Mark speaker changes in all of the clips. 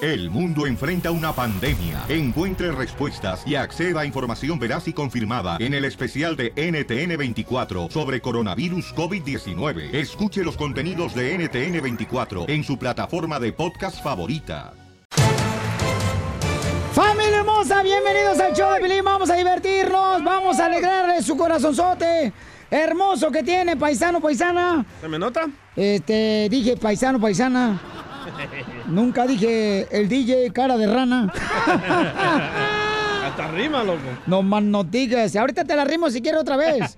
Speaker 1: El mundo enfrenta una pandemia. Encuentre respuestas y acceda a información veraz y confirmada en el especial de NTN24 sobre coronavirus COVID-19. Escuche los contenidos de NTN24 en su plataforma de podcast favorita.
Speaker 2: ¡Familia hermosa! Bienvenidos al show de Pilín. Vamos a divertirnos, vamos a alegrarle su corazonzote hermoso que tiene, paisano, paisana.
Speaker 3: ¿Se me nota?
Speaker 2: Este, dije paisano, paisana. Nunca dije el DJ cara de rana.
Speaker 3: Hasta rima, loco.
Speaker 2: No más no digas. Ahorita te la rimo si quieres otra vez.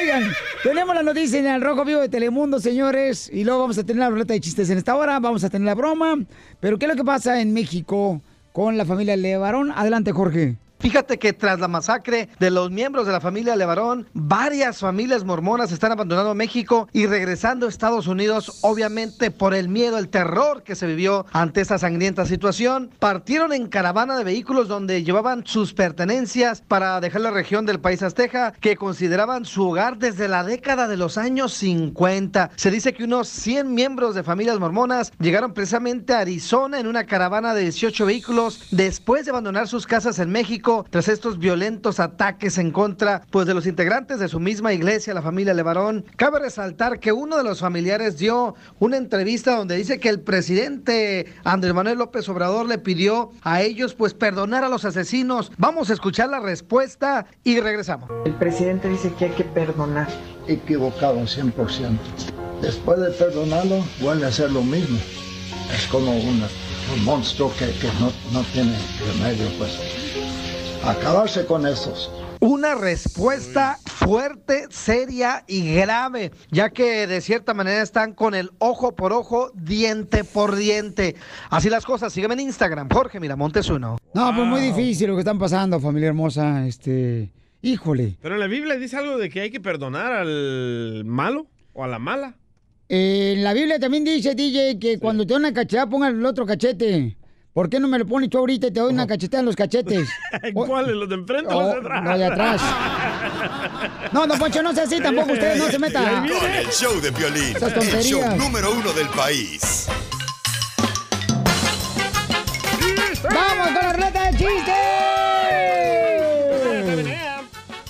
Speaker 2: Oigan, tenemos la noticia en el Rojo Vivo de Telemundo, señores. Y luego vamos a tener la ruleta de chistes en esta hora. Vamos a tener la broma. Pero ¿qué es lo que pasa en México con la familia Levarón? Adelante, Jorge.
Speaker 4: Fíjate que tras la masacre de los miembros de la familia Levarón, varias familias mormonas están abandonando México y regresando a Estados Unidos, obviamente por el miedo, el terror que se vivió ante esta sangrienta situación. Partieron en caravana de vehículos donde llevaban sus pertenencias para dejar la región del país azteca, que consideraban su hogar desde la década de los años 50. Se dice que unos 100 miembros de familias mormonas llegaron precisamente a Arizona en una caravana de 18 vehículos después de abandonar sus casas en México tras estos violentos ataques en contra pues de los integrantes de su misma iglesia, la familia Levarón. Cabe resaltar que uno de los familiares dio una entrevista donde dice que el presidente Andrés Manuel López Obrador le pidió a ellos pues perdonar a los asesinos. Vamos a escuchar la respuesta y regresamos.
Speaker 5: El presidente dice que hay que perdonar.
Speaker 6: Equivocado 100%. Después de perdonarlo, vuelve a hacer lo mismo. Es como una, un monstruo que, que no, no tiene remedio, pues acabarse con esos.
Speaker 4: Una respuesta fuerte, seria y grave, ya que de cierta manera están con el ojo por ojo, diente por diente. Así las cosas, sígueme en Instagram, Jorge Miramontes uno.
Speaker 2: No, pues muy difícil lo que están pasando, familia hermosa. Este, híjole.
Speaker 3: Pero en la Biblia dice algo de que hay que perdonar al malo o a la mala.
Speaker 2: Eh, en la Biblia también dice, DJ, que cuando te dan una cachetada, pongan el otro cachete. ¿Por qué no me lo pones tú ahorita y te doy una cachetada en los cachetes?
Speaker 3: ¿Cuáles? ¿Los de enfrente o los de atrás?
Speaker 2: Los de atrás. No, no, Poncho, no sea así tampoco. Ustedes no se metan.
Speaker 7: Con el show de violín.
Speaker 2: Esas
Speaker 7: El
Speaker 2: tonterías.
Speaker 7: show número uno del país.
Speaker 2: ¡Vamos con la ruleta de chistes!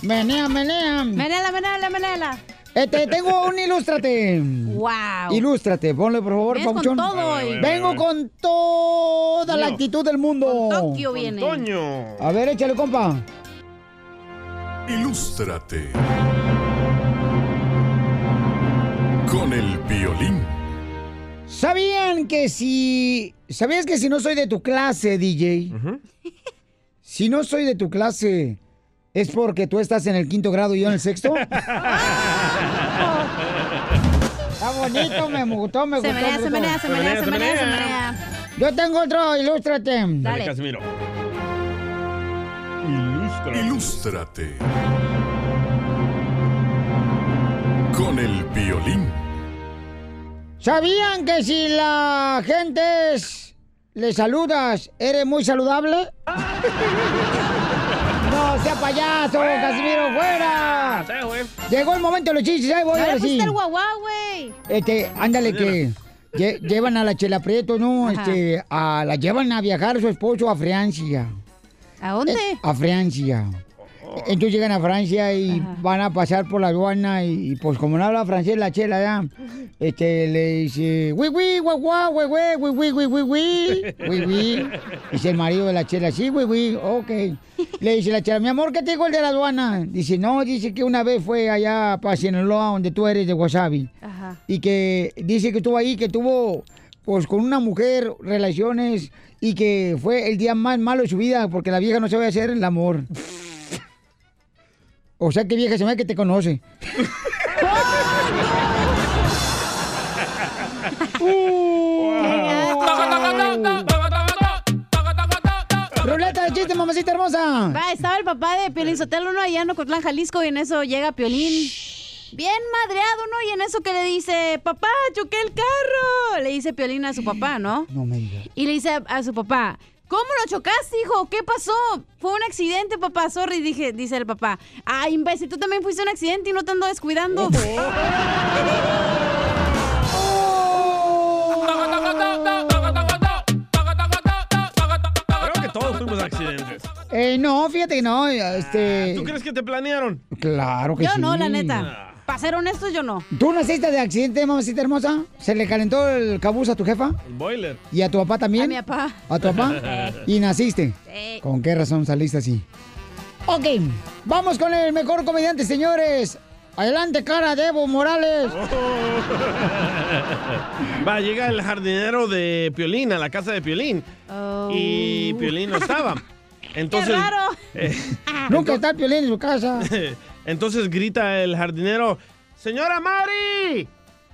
Speaker 2: Menea, menea.
Speaker 8: Menela, menela, menela.
Speaker 2: Este, tengo un ilústrate.
Speaker 8: Wow.
Speaker 2: Ilústrate, ponle por favor,
Speaker 8: Vienes con
Speaker 2: Pauchón.
Speaker 8: todo hoy. Bueno,
Speaker 2: Vengo
Speaker 8: bueno,
Speaker 2: con toda la
Speaker 8: Mío.
Speaker 2: actitud del mundo.
Speaker 8: Tokio viene.
Speaker 3: Toño.
Speaker 2: A ver, échale, compa.
Speaker 9: Ilústrate. Con el violín.
Speaker 2: ¿Sabían que si. ¿Sabías que si no soy de tu clase, DJ? Si no soy de tu clase, ¿es porque tú estás en el quinto grado y yo en el sexto? Está bonito, me gustó, me
Speaker 8: Se
Speaker 2: gustó. me
Speaker 8: menea, se
Speaker 2: gustó.
Speaker 8: menea, se menea, se menea, se menea.
Speaker 2: Yo tengo otro, ilústrate.
Speaker 9: Dale, Casimiro. Ilústrate. Con el violín.
Speaker 2: ¿Sabían que si la gente es- le saludas, eres muy saludable? No, sea payaso, Casimiro, fuera.
Speaker 3: Sí, güey.
Speaker 2: Llegó el momento de los chistes, ahí voy
Speaker 8: Ahora
Speaker 2: ahora sí.
Speaker 8: pusiste el guaguá, güey.
Speaker 2: Este, ándale que lle- llevan a la Chela Prieto, ¿no?
Speaker 8: Ajá.
Speaker 2: Este, a, la llevan a viajar su esposo a Francia.
Speaker 8: ¿A dónde? Oh.
Speaker 2: Eh, a Francia. Entonces llegan a Francia y van a pasar por la aduana y, y, pues como no habla francés la chela ya, este le dice, "Oui, oui, guau, guau, güey, güey, oui, oui, oui, oui, oui, oui, oui". Dice el marido de la chela, "Sí, oui, oui, ok." Le dice la chela, "Mi amor, ¿qué te dijo el de la aduana?" Dice, "No, dice que una vez fue allá para Sinaloa donde tú eres de Wasabi."
Speaker 8: Ajá.
Speaker 2: y que dice que estuvo ahí, que tuvo pues con una mujer relaciones y que fue el día más malo de su vida porque la vieja no sabe hacer el amor. O sea que vieja se me hace que te conoce. Ruleta de chiste, mamacita hermosa.
Speaker 8: Va, estaba el papá de Piolín Sotelo, uno allá en Ocotlán, Jalisco, y en eso llega Piolín. Bien madreado, ¿no? Y en eso que le dice, papá, choqué el carro. Le dice Piolín a su papá, ¿no?
Speaker 2: No me digas.
Speaker 8: Y le dice a, a su papá, ¿cómo lo chocaste, hijo? ¿Qué pasó? Fue un accidente, papá, sorry, dije, dice el papá. Ah, imbécil, tú también fuiste un accidente y no te ando descuidando.
Speaker 2: Eh, no, fíjate que no, este...
Speaker 3: Ah, ¿Tú crees que te planearon?
Speaker 2: Claro que
Speaker 8: Yo
Speaker 2: sí.
Speaker 8: no, la neta. Para ser honestos, yo no.
Speaker 2: ¿Tú naciste de accidente, mamacita hermosa? ¿Se le calentó el cabuz a tu jefa?
Speaker 3: El boiler.
Speaker 2: ¿Y a tu papá también?
Speaker 8: A mi papá.
Speaker 2: ¿A tu papá?
Speaker 8: Sí.
Speaker 2: ¿Y naciste?
Speaker 8: Sí.
Speaker 2: ¿Con qué razón saliste así? Ok, vamos con el mejor comediante, señores. Adelante, cara de Evo Morales.
Speaker 3: Oh, Va, llega el jardinero de Piolín a la casa de Piolín.
Speaker 8: Oh.
Speaker 3: Y Piolín no estaba. Entonces,
Speaker 2: Oh. ¡Qué raro!
Speaker 3: eh,
Speaker 2: Nunca está Piolín en su casa.
Speaker 3: entonces grita el jardinero, ¡Señora Mari!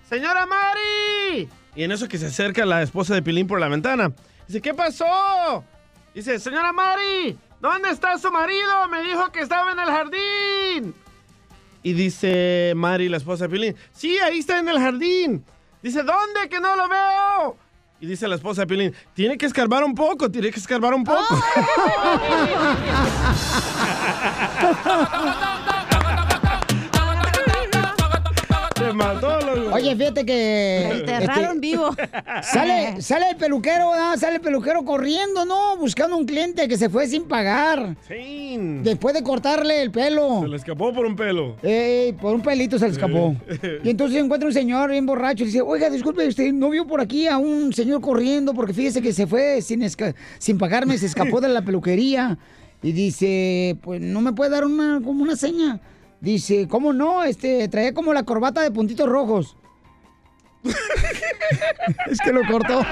Speaker 3: ¡Señora Mari! Y en eso que se acerca la esposa de Piolín por la ventana. Dice, ¿qué pasó? Dice, señora Mari, ¿dónde está su marido? Me dijo que estaba en el jardín. Y dice Mari, la esposa de Pilín, sí, ahí está en el jardín. Dice, ¿dónde que no lo veo? Y dice la esposa de Pilín, tiene que escarbar un poco, tiene que escarbar un poco.
Speaker 10: Oh.
Speaker 3: Se mató, loco.
Speaker 2: Oye, fíjate que...
Speaker 8: Me
Speaker 2: este,
Speaker 8: enterraron vivo.
Speaker 2: Sale, sale el peluquero, ¿verdad? Sale el peluquero corriendo, ¿no? Buscando un cliente que se fue sin pagar.
Speaker 3: Fin.
Speaker 2: Después de cortarle el pelo.
Speaker 3: Mm. Se le escapó por un pelo.
Speaker 2: Ey, por un pelito se le escapó. Y entonces encuentra un señor bien borracho y dice, oiga, disculpe, usted no vio por aquí a un señor corriendo porque fíjese que se fue sin, esca- sin pagarme, se escapó de la peluquería. Y dice, pues no me puede dar una, como una seña. Dice, ¿cómo no? Este, traía como la corbata de puntitos rojos. es que lo cortó.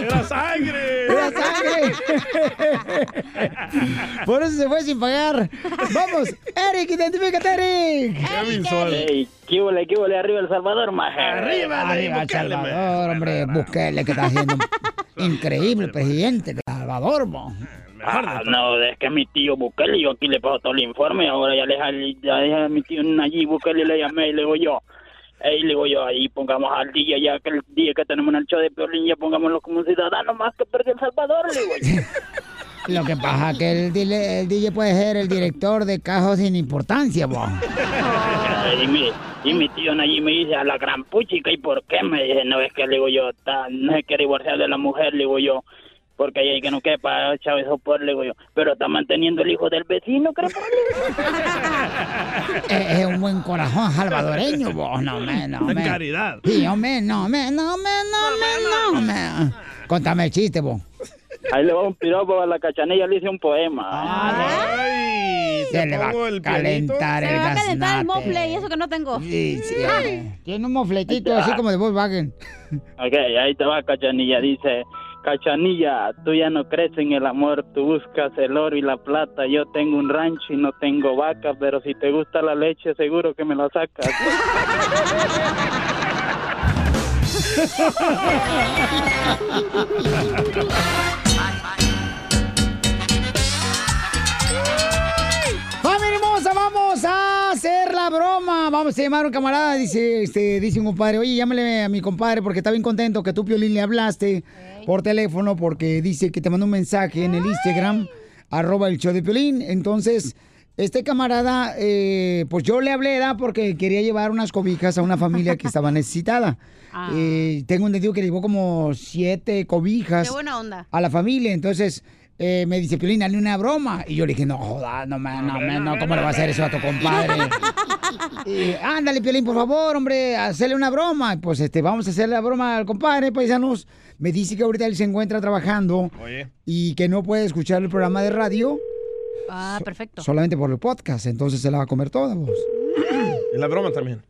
Speaker 3: ¡Era sangre!
Speaker 2: ¡Era sangre! Por eso se fue sin pagar. Vamos, Eric, identifícate, Eric.
Speaker 11: Ey, ¿Qué huele, qué huele? Arriba El Salvador, maja.
Speaker 3: Arriba,
Speaker 2: Ay,
Speaker 11: Arriba,
Speaker 2: El Salvador, hombre, Bukele, que está haciendo increíble
Speaker 11: pues.
Speaker 2: presidente, El Salvador, mo.
Speaker 11: Ah, no, es que es mi tío Bukele, yo aquí le paso todo el informe, ahora ya le ya dejé a mi tío allí, Bukele le llamé y le digo yo, ey, le digo yo, ahí pongamos al día, ya que el día que tenemos en el show de Piolín, ya pongámoslo como un ciudadano más que perdió El Salvador, le digo yo.
Speaker 2: Lo que pasa es que el, dile- el DJ puede ser el director de Cajos sin importancia, mo.
Speaker 11: y, mi, y mi tío allí me dice, a la gran puchica, ¿y por qué? Me dice, no, es que le digo yo, ta- no se quiere divorciar de la mujer, le digo yo. Porque ahí hay que no quepa, Chávez Sopor, le digo yo. Pero está manteniendo el hijo del vecino, creo.
Speaker 2: Es, es un buen corazón salvadoreño, mo. No, me, no,
Speaker 11: De
Speaker 2: me.
Speaker 11: caridad.
Speaker 2: Sí, hombre, no, me, no, me, no, me, no, me. Ah, Contame el chiste, mo.
Speaker 11: Ahí le va un piropo a la cachanilla, le hice un poema.
Speaker 2: Ah,
Speaker 3: Ay,
Speaker 2: Se le va
Speaker 11: pongo el
Speaker 2: a calentar
Speaker 8: Se
Speaker 2: el
Speaker 8: me va a calentar el
Speaker 2: gaznate.
Speaker 8: mofle y eso que no tengo.
Speaker 2: Sí, sí, hombre. Tiene un mofletito así como de Volkswagen.
Speaker 11: Ok, ahí te va cachanilla, dice... Cachanilla, tú ya no crees en el amor, tú buscas el oro y la plata. Yo tengo un rancho y no tengo vaca, pero si te gusta la leche, seguro que me la sacas.
Speaker 2: ¡Familia hermosa! ¡Vamos a hacer la broma! Vamos a llamar a un camarada, dice, este, dice un compadre. Oye, llámale a mi compadre porque está bien contento que tú, Piolín, le hablaste por teléfono porque dice que te mandó un mensaje en el Instagram, arroba el show de Piolín. Entonces, este camarada, eh, pues yo le hablé, ¿da? Porque quería llevar unas cobijas a una familia que estaba necesitada.
Speaker 8: Ah.
Speaker 2: Eh, tengo entendido que le llevó como siete cobijas
Speaker 8: Qué buena onda.
Speaker 2: a la familia. Entonces eh, me dice, Piolín, dale una broma. Y yo le dije, no, joda, Ah, no, ma- no, ma- no, ¿cómo le va a hacer eso a tu compadre? Y, ándale, Piolín, por favor, hombre, hacerle una broma. Pues este, vamos a hacerle la broma al compadre, paisanos. Me dice que ahorita él se encuentra trabajando
Speaker 3: Oye.
Speaker 2: y que no puede escuchar el programa de radio
Speaker 8: Ah, perfecto.
Speaker 2: solamente por el podcast. Entonces se la va a comer toda, vos.
Speaker 3: Y la broma también.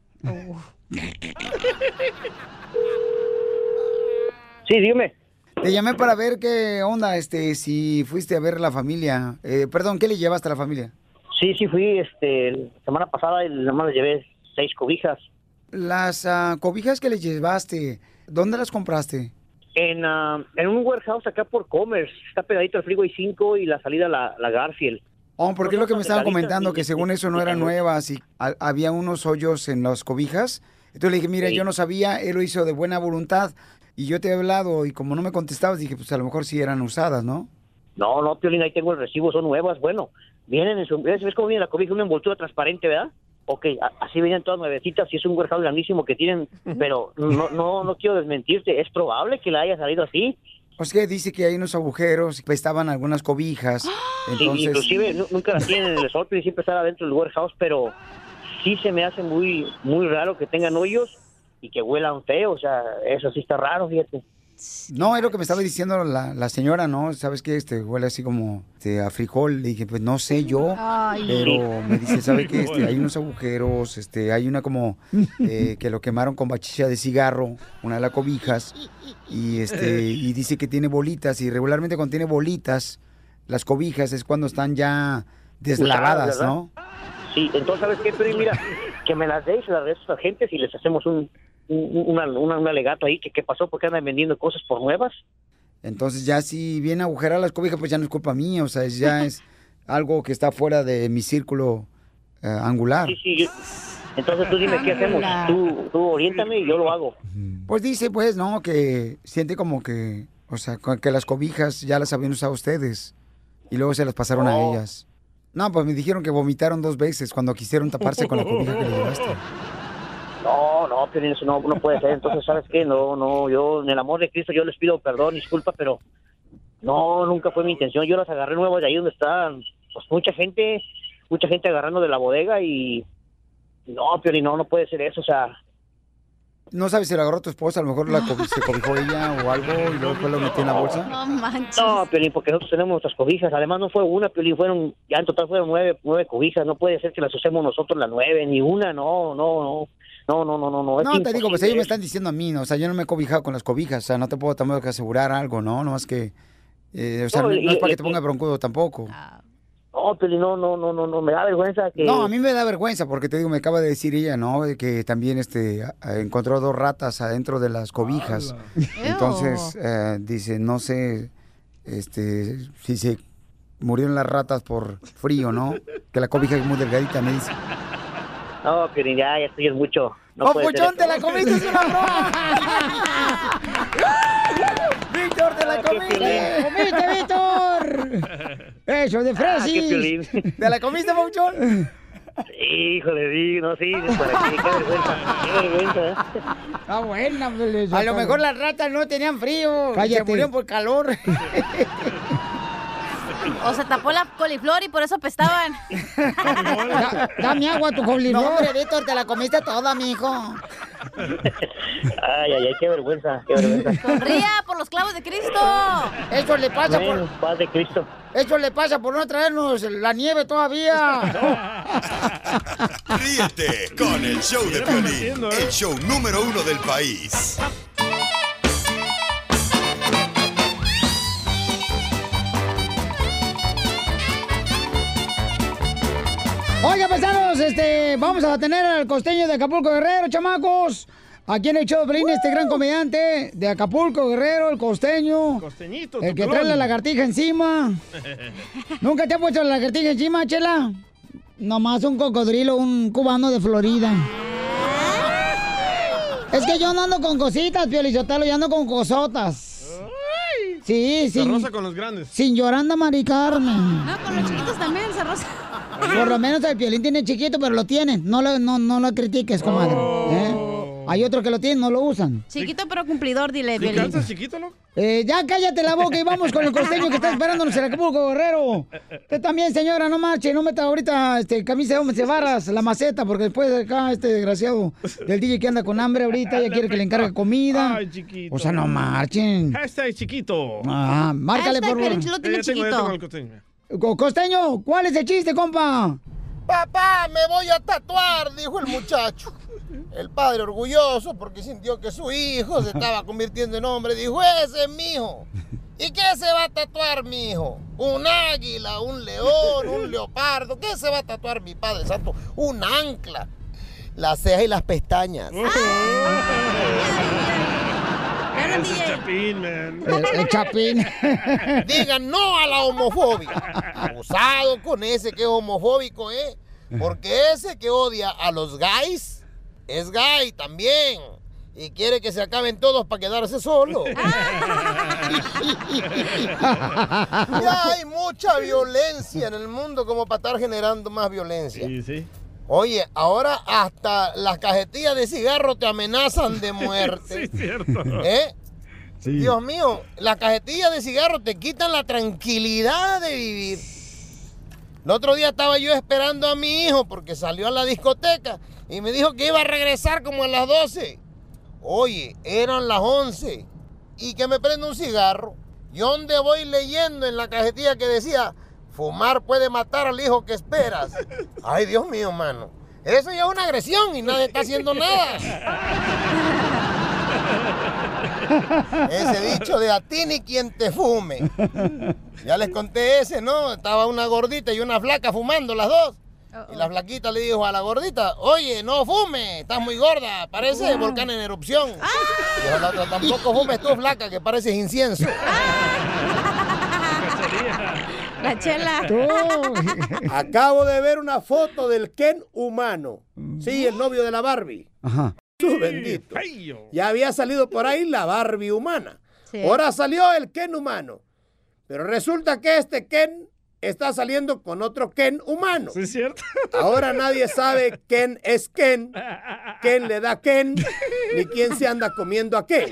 Speaker 2: Sí, dime. Te llamé para ver qué onda, este, si fuiste a ver la familia. Eh, perdón, ¿qué le llevaste a la familia?
Speaker 11: Sí, sí fui, este, la semana pasada y nada más le llevé seis cobijas
Speaker 2: Las ah, cobijas que le llevaste, ¿dónde las compraste?
Speaker 11: en, ah, en un warehouse acá por Commerce, está pegadito al Freeway 5 y la salida a la, la Garfield.
Speaker 2: Oh, porque es lo que me estaban
Speaker 11: Delgaditas,
Speaker 2: comentando,
Speaker 11: sí,
Speaker 2: que
Speaker 11: sí,
Speaker 2: según
Speaker 11: sí,
Speaker 2: eso
Speaker 11: sí,
Speaker 2: no eran
Speaker 11: también.
Speaker 2: nuevas y ha- había unos hoyos en las cobijas. Entonces le dije, mira, yo no sabía, él lo hizo de buena voluntad y yo te he hablado y como no me contestabas, dije, pues a lo mejor sí eran usadas, ¿no?
Speaker 11: No, no, Piolín, ahí tengo el recibo, son nuevas, bueno, vienen en su, ¿ves, ves cómo viene la cobija? Una envoltura transparente, ¿verdad?
Speaker 12: ok, a- así venían todas nuevecitas y es un warehouse grandísimo que tienen, pero no, no, no quiero desmentirte, es probable que la haya salido así.
Speaker 2: Pues que dice que hay unos agujeros, pues estaban algunas cobijas.
Speaker 12: ¡Ah! Sí,
Speaker 2: Entonces,
Speaker 12: inclusive nu- nunca la tienen en el resort y siempre están adentro del warehouse, pero sí se me hace muy muy raro que tengan hoyos y que huelan feo, o sea, eso sí está raro, fíjate.
Speaker 2: No, es lo que me estaba diciendo la, la señora, ¿no? ¿Sabes qué? Este, huele así como este, a frijol. Le dije, pues no sé yo.
Speaker 13: Ay.
Speaker 2: Pero me dice, ¿sabe qué? Este,
Speaker 13: Frijol.
Speaker 2: hay unos agujeros, este, hay una como eh, que lo quemaron con bachicha de cigarro, una de las cobijas. Y, este, y dice que tiene bolitas. Y regularmente cuando tiene bolitas, las cobijas es cuando están ya
Speaker 12: Usadas,
Speaker 2: deslavadas,
Speaker 12: ¿verdad?
Speaker 2: ¿no?
Speaker 12: Sí, entonces, ¿sabes qué, Pero Mira, que me las deis, se las deis a la gente y les hacemos un, un, una- una- un alegato ahí, que qué pasó, porque andan vendiendo cosas por nuevas.
Speaker 2: Entonces ya si viene a agujerar las cobijas, pues ya no es culpa mía, o sea, es- ya es algo que está fuera de mi círculo eh, angular.
Speaker 12: Sí, sí, yo- entonces tú dime qué hacemos,
Speaker 2: Ándala.
Speaker 12: tú, tú oriéntame y yo lo hago.
Speaker 2: Pues dice, pues, ¿no? Que siente como que, o sea, co- que las cobijas ya las habían usado ustedes y luego se las pasaron a
Speaker 12: Oh.
Speaker 2: ellas. No, pues me dijeron que vomitaron dos veces cuando quisieron taparse con la cobija que le llevaste.
Speaker 12: No, no, Piolín, eso no, no puede ser. Entonces, ¿sabes qué? No, no, yo, en el amor de Cristo, yo les pido perdón, disculpa, pero no, nunca fue mi intención. Yo las agarré nuevas de ahí donde están, pues, mucha gente, mucha gente agarrando de la bodega y no, Piolín, no, no puede ser eso. O sea,
Speaker 2: No sabes si la agarró tu esposa, a lo mejor la co- se cobijó ella o algo y luego después la metió en la bolsa.
Speaker 8: No manches.
Speaker 12: no, Piolín, porque nosotros tenemos nuestras cobijas. Además, no fue una, Piolín, fueron, ya en total fueron nueve, nueve cobijas. No puede ser que las usemos nosotros las nueve, ni una, no, no, no. No, no, no, no, no. es
Speaker 2: No, te digo, pues ellos
Speaker 12: imposible.
Speaker 2: me están diciendo a mí, ¿no? o sea, yo no me he cobijado con las cobijas, o sea, no te puedo tampoco asegurar algo, ¿no? No más que, eh, o sea,
Speaker 12: No,
Speaker 2: no,
Speaker 12: y-
Speaker 2: no es para
Speaker 12: y- Ah,
Speaker 2: que te ponga broncudo tampoco.
Speaker 12: No, Piolín, no, no, no, no, no, me da vergüenza que...
Speaker 2: No, a mí me da vergüenza porque te digo, me acaba de decir ella, ¿no? De Que también este a- encontró dos ratas adentro de las cobijas. Entonces, eh, dice, no sé este si se murieron las ratas por frío, ¿no? Que la cobija es muy delgadita, me dice.
Speaker 12: No, Piolín, ya, ya estoy en mucho. No puede ser eso.
Speaker 2: ¡Papuchón, te la comiste, es una broma! ¡Víctor, te la comiste!
Speaker 10: ¡Comiste, Víctor! ¡Eso, de Fresis!
Speaker 12: Ah, qué piolín.
Speaker 2: ¿Te la comiste, Papuchón?
Speaker 12: Híjole, sí, no, sí, para qué, qué vergüenza, qué vergüenza.
Speaker 10: Está buena, pues,
Speaker 2: A lo mejor las ratas no tenían frío. Se
Speaker 10: Cállate.
Speaker 2: murieron por calor.
Speaker 8: O se tapó la coliflor y por eso apestaban.
Speaker 2: Dame agua tu
Speaker 8: coliflor.
Speaker 2: No, hombre, Víctor, te la comiste toda, mijo.
Speaker 12: Ay, ay, ay, qué vergüenza, qué vergüenza.
Speaker 8: Ría por los clavos de Cristo.
Speaker 2: Eso le pasa
Speaker 12: Bueno,
Speaker 2: por...
Speaker 12: paz de Cristo.
Speaker 2: Eso le pasa por no traernos la nieve todavía.
Speaker 7: Ríete con el show de Piolín, el show número uno del país.
Speaker 10: Oiga, paisanos, este, vamos a tener al costeño de Acapulco Guerrero, chamacos. Aquí en el show de Pelín, este gran comediante de Acapulco Guerrero, el costeño.
Speaker 3: Costeñito,
Speaker 10: el
Speaker 3: tu
Speaker 10: que
Speaker 3: pelón.
Speaker 10: trae la lagartija encima. ¿Nunca te ha puesto la lagartija encima, chela? Nomás un cocodrilo, un cubano de Florida. Es que yo no ando con cositas, Piolizotelo, yo ando con cosotas. Sí,
Speaker 3: Se
Speaker 10: sin,
Speaker 3: roza con los grandes.
Speaker 10: sin Yolanda Mari Carmen.
Speaker 8: No, Ah, con los chiquitos también se rosa.
Speaker 10: Por lo menos el piolín tiene chiquito, pero lo tienen. No lo, no, no lo critiques, comadre.
Speaker 3: Oh.
Speaker 10: ¿eh? Hay otros que lo tienen, no lo usan.
Speaker 8: Chiquito pero cumplidor, dile,
Speaker 10: ¿Sí
Speaker 8: Piolín.
Speaker 10: calzas
Speaker 3: chiquito, loco?
Speaker 10: Eh, ya cállate la boca y vamos con el costeño que está esperándonos en Acapulco, Guerrero. Usted también, señora, no marche, no meta ahorita este, camisa de hombres de barras, la maceta, porque después acá este desgraciado del DJ que anda con hambre ahorita, ya quiere que le encargue comida.
Speaker 3: Ay, chiquito.
Speaker 10: O sea, no marchen.
Speaker 3: Hashtag chiquito.
Speaker 10: Ah, márcale, por favor.
Speaker 3: Eh, Ya tengo, ya tengo el costeño.
Speaker 10: Co- Costeño, ¿cuál es el chiste, compa?
Speaker 14: Papá, me voy a tatuar, dijo el muchacho. El padre orgulloso porque sintió que su hijo se estaba convirtiendo en hombre, dijo, ese es mi hijo. ¿Y qué se va a tatuar mi hijo? Un águila, un león, un leopardo. ¿Qué se va a tatuar mi padre santo? Un ancla. Las cejas y las pestañas.
Speaker 10: Ah.
Speaker 3: Ese es Chapín, man.
Speaker 10: Eh, Chapín.
Speaker 14: Digan no a la homofobia. Abusado con ese que es homofóbico, ¿eh? Porque ese que odia a los gays es gay también. Y quiere que se acaben todos para quedarse solo. ya hay mucha violencia en el mundo como para estar generando más violencia. Oye, ahora hasta las cajetillas de cigarro te amenazan de muerte.
Speaker 3: sí, cierto.
Speaker 14: ¿Eh?
Speaker 3: Sí.
Speaker 14: Dios mío, las cajetillas de cigarro te quitan la tranquilidad de vivir. El otro día estaba yo esperando a mi hijo porque salió a la discoteca y me dijo que iba a regresar como a las 12. Oye, eran las 11 y que me prenda un cigarro. Y donde voy leyendo en la cajetilla que decía, fumar puede matar al hijo que esperas. Ay, Dios mío, mano. Eso ya es una agresión y nadie está haciendo nada. Ese dicho de a ti ni quien te fume. Ya les conté ese, ¿no? Estaba una gordita y una flaca fumando las dos. Y la flaquita le dijo a la gordita, oye, no fume, estás muy gorda, parece volcán en erupción. Y dijo la otra, tampoco fumes tú, flaca, que pareces incienso.
Speaker 8: La chela.
Speaker 15: Acabo de ver una foto del Ken humano. Sí, el novio de la Barbie.
Speaker 16: Ajá.
Speaker 15: Jesús bendito. Ya había salido por ahí la Barbie humana.
Speaker 17: Sí.
Speaker 15: Ahora salió el Ken humano. Pero resulta que este Ken está saliendo con otro Ken humano.
Speaker 3: ¿Sí es cierto?
Speaker 15: Ahora nadie sabe quién es Ken, quién le da Ken, ni quién se anda comiendo a qué.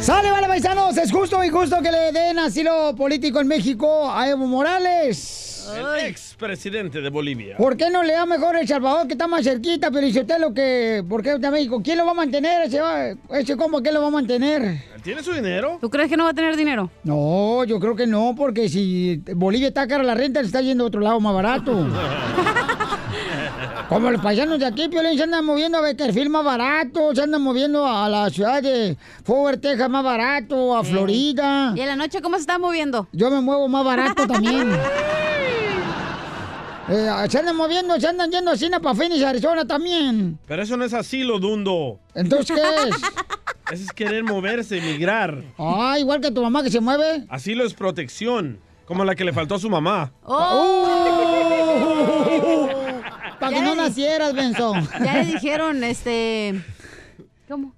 Speaker 2: ¡Sale, vale, paisanos! Es justo y justo que le den asilo político en México a Evo Morales.
Speaker 3: El expresidente de Bolivia.
Speaker 2: ¿Por qué no le da mejor El Salvador, que está más cerquita, pero dice usted lo que... ¿Por qué usted México? ¿Quién lo va a mantener? Ese, va- ese combo, ¿quién lo va a mantener?
Speaker 3: ¿Tiene su dinero?
Speaker 2: ¿Tú crees que no va a tener dinero? No, Oh, yo creo que no, porque si Bolivia está cara la renta, le está yendo a otro lado más barato. Como los paisanos de aquí, Piolín, se andan moviendo a Beckerfield más barato, se andan moviendo a la ciudad de Fort Texas más barato, a Florida.
Speaker 8: ¿Y en la noche cómo se está moviendo?
Speaker 2: Yo me muevo más barato también. Eh, se andan moviendo, se andan yendo a China para Phoenix, Arizona también.
Speaker 3: Pero eso no es asilo, Dundo.
Speaker 2: Entonces, ¿qué es?
Speaker 3: Eso es querer moverse, emigrar.
Speaker 2: Ah, igual que tu mamá que se mueve.
Speaker 3: Asilo es protección, como la que le faltó a su mamá.
Speaker 2: Uh. ¡Oh! Para que
Speaker 8: Ya
Speaker 2: no
Speaker 8: le di-
Speaker 2: nacieras, Benson.
Speaker 8: Ya le dijeron, este. ¿Cómo?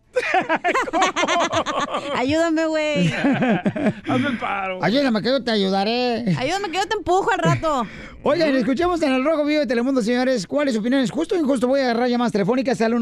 Speaker 8: Ayúdame, güey.
Speaker 3: Hazme el paro.
Speaker 2: Ayúdame que yo te ayudaré.
Speaker 8: Ayúdame que yo te empujo al rato.
Speaker 2: Oigan, escuchemos en el Rojo Vivo de Telemundo, señores, cuáles opiniones, justo o injusto, voy a agarrar llamadas telefónicas al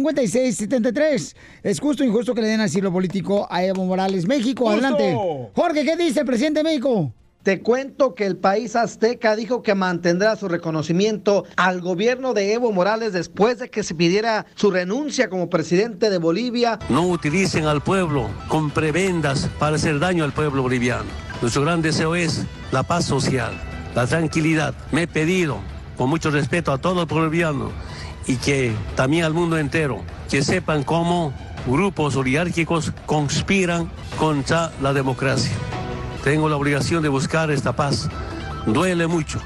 Speaker 2: 1855-570-5673. Es justo o injusto que le den asilo político a Evo Morales, México.
Speaker 4: ¡Justo!
Speaker 2: Adelante. Jorge, ¿qué dice el presidente de México?
Speaker 4: Te cuento que el país azteca dijo que mantendrá su reconocimiento al gobierno de Evo Morales después de que se pidiera su renuncia como presidente de Bolivia.
Speaker 18: No utilicen al pueblo con prebendas para hacer daño al pueblo boliviano. Nuestro gran deseo es la paz social, la tranquilidad. Me he pedido, con mucho respeto a todo el pueblo boliviano y que también al mundo entero, que sepan cómo grupos oligárquicos conspiran contra la democracia. Tengo la obligación de buscar esta paz. Duele mucho.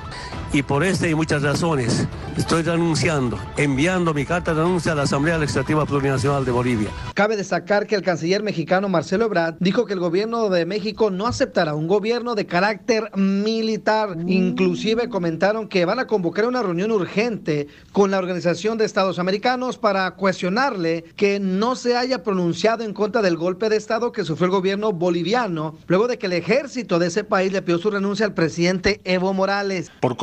Speaker 18: Y por esta y muchas razones estoy renunciando, enviando mi carta de renuncia a la Asamblea Legislativa Plurinacional de Bolivia.
Speaker 4: Cabe destacar que el canciller mexicano Marcelo Ebrard dijo que el gobierno de México no aceptará un gobierno de carácter militar. Inclusive comentaron que van a convocar una reunión urgente con la Organización de Estados Americanos para cuestionarle que no se haya pronunciado en contra del golpe de Estado que sufrió el gobierno boliviano luego de que el ejército de ese país le pidió su renuncia al presidente Evo Morales.
Speaker 19: Por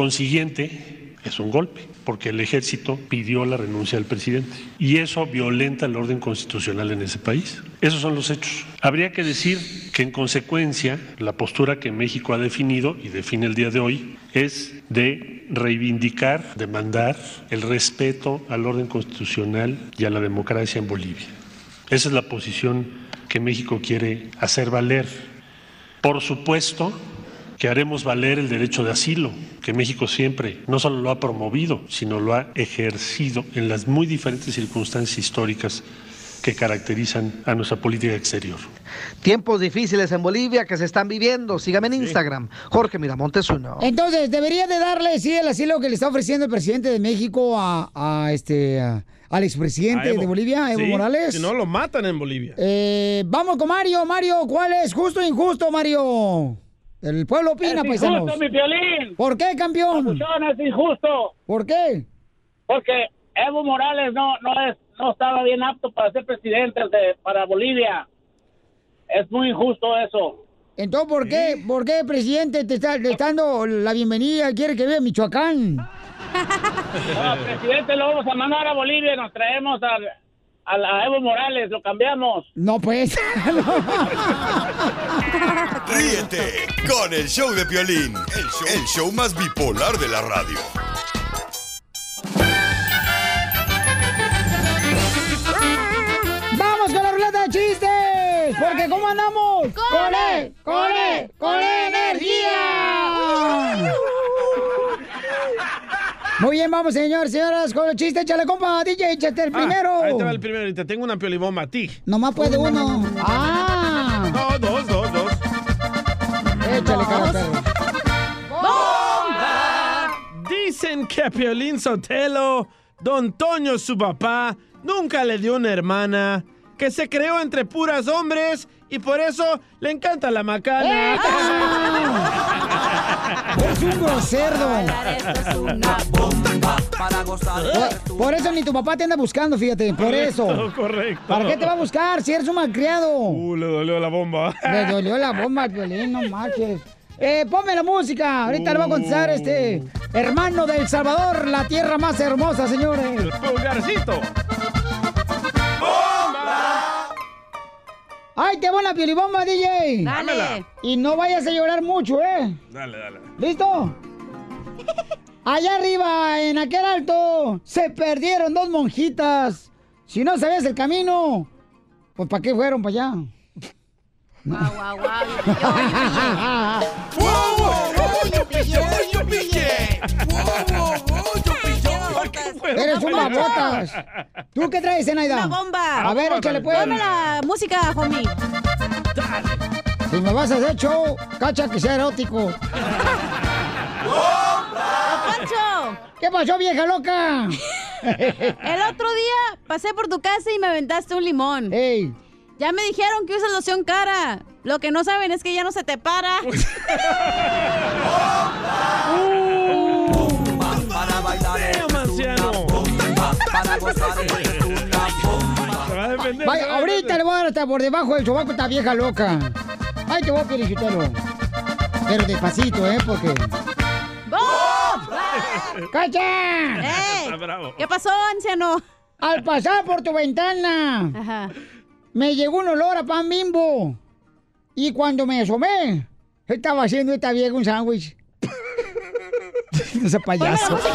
Speaker 19: consiguiente, es un golpe, porque el ejército pidió la renuncia del presidente. Y eso violenta el orden constitucional en ese país. Esos son los hechos. Habría que decir que en consecuencia la postura que México ha definido y define el día de hoy es de reivindicar, demandar el respeto al orden constitucional y a la democracia en Bolivia. Esa es la posición que México quiere hacer valer. Por supuesto que haremos valer el derecho de asilo, que México siempre no solo lo ha promovido, sino lo ha ejercido en las muy diferentes circunstancias históricas que caracterizan a nuestra política exterior.
Speaker 4: Tiempos difíciles en Bolivia que se están viviendo. Sígame en Instagram, Jorge Miramontes uno.
Speaker 2: Entonces, debería de darle, sí, el asilo que le está ofreciendo el presidente de México a, a este, a- al expresidente
Speaker 3: A Evo.
Speaker 2: de Bolivia, Evo
Speaker 3: Sí,
Speaker 2: Morales.
Speaker 3: Si no, lo matan en Bolivia.
Speaker 2: Eh, vamos con e Mario, Mario, ¿cuál es justo o injusto, Mario? El pueblo opina,
Speaker 17: Es
Speaker 2: paisanos.
Speaker 17: injusto, mi Piolín.
Speaker 2: ¿Por qué, campeón?
Speaker 17: Papuchón, es injusto.
Speaker 2: ¿Por qué?
Speaker 17: Porque Evo Morales no, no, es, no estaba bien apto para ser presidente de- para Bolivia. Es muy injusto eso.
Speaker 2: Entonces, ¿por qué, por qué, presidente, te está, le está dando la bienvenida? Quiere que vea Michoacán.
Speaker 17: No, presidente lo vamos a mandar a Bolivia y nos traemos al- al- a, Evo Morales, lo cambiamos.
Speaker 2: No, pues.
Speaker 7: Ríete con el show de Piolín, el show, el show más bipolar de la radio.
Speaker 2: ¡Vamos con la ruleta de chistes! Porque ¿cómo andamos?
Speaker 17: ¡Con E, con E, con E energía!
Speaker 2: Muy bien, vamos, señor, señoras, con los chistes. Échale, compa, DJ, échate el
Speaker 3: Ah,
Speaker 2: primero.
Speaker 3: Ahí te va el primero y te tengo una piolibomba a ti.
Speaker 2: Nomás puede uno. ¡Ah!
Speaker 3: No, dos, dos, dos.
Speaker 2: Échale, cara, perro.
Speaker 3: Dicen que a Piolín Sotelo, Don Toño, su papá, nunca le dio una hermana, que se creó entre puras hombres y por eso le encanta la
Speaker 2: Eh,
Speaker 3: macana.
Speaker 2: ah. ¡Es un groserdo! Por, por eso ni tu papá te anda buscando, fíjate, por eso.
Speaker 3: Correcto, correcto.
Speaker 2: ¿Para qué te va a buscar si eres un malcriado?
Speaker 3: Uh, le dolió la bomba.
Speaker 2: Le dolió la bomba al violín, no marches. Eh, ponme la música. Ahorita le va a contestar este hermano del Salvador, la tierra más hermosa, señores.
Speaker 3: Pulgarcito.
Speaker 2: ¡Ay, te va una piolibomba, DJ!
Speaker 3: Dámela.
Speaker 2: Y no vayas a llorar mucho, ¿eh?
Speaker 3: Dale, dale.
Speaker 2: ¿Listo? Allá arriba, en aquel alto, se perdieron dos monjitas. Si no sabías el camino, pues ¿para qué fueron para allá?
Speaker 8: Guau, guau, guau.
Speaker 2: Eres un babotas. ¿Tú qué traes, Zenaida?
Speaker 8: Una bomba.
Speaker 2: A ver, échale pues.
Speaker 8: Dame la música, homie.
Speaker 2: Si me vas a hacer show, cacha que sea erótico. ¿Qué pasó, vieja loca?
Speaker 8: El otro día pasé por tu casa y me aventaste un limón. Ya me dijeron que usas loción cara. Lo que no saben es que ya no se te para.
Speaker 2: Vaya, ahorita le voy a dar hasta por debajo del sobaco a esta vieja loca. Ay, te voy a felicitelo. Pero despacito, ¿eh? Porque...
Speaker 10: Eh,
Speaker 2: ¡Cacha!
Speaker 17: Está bravo.
Speaker 2: ¿Qué pasó, anciano? Al pasar por tu ventana, me llegó un olor a pan bimbo. Y cuando me asomé, estaba haciendo esta vieja un sándwich. no sea payaso.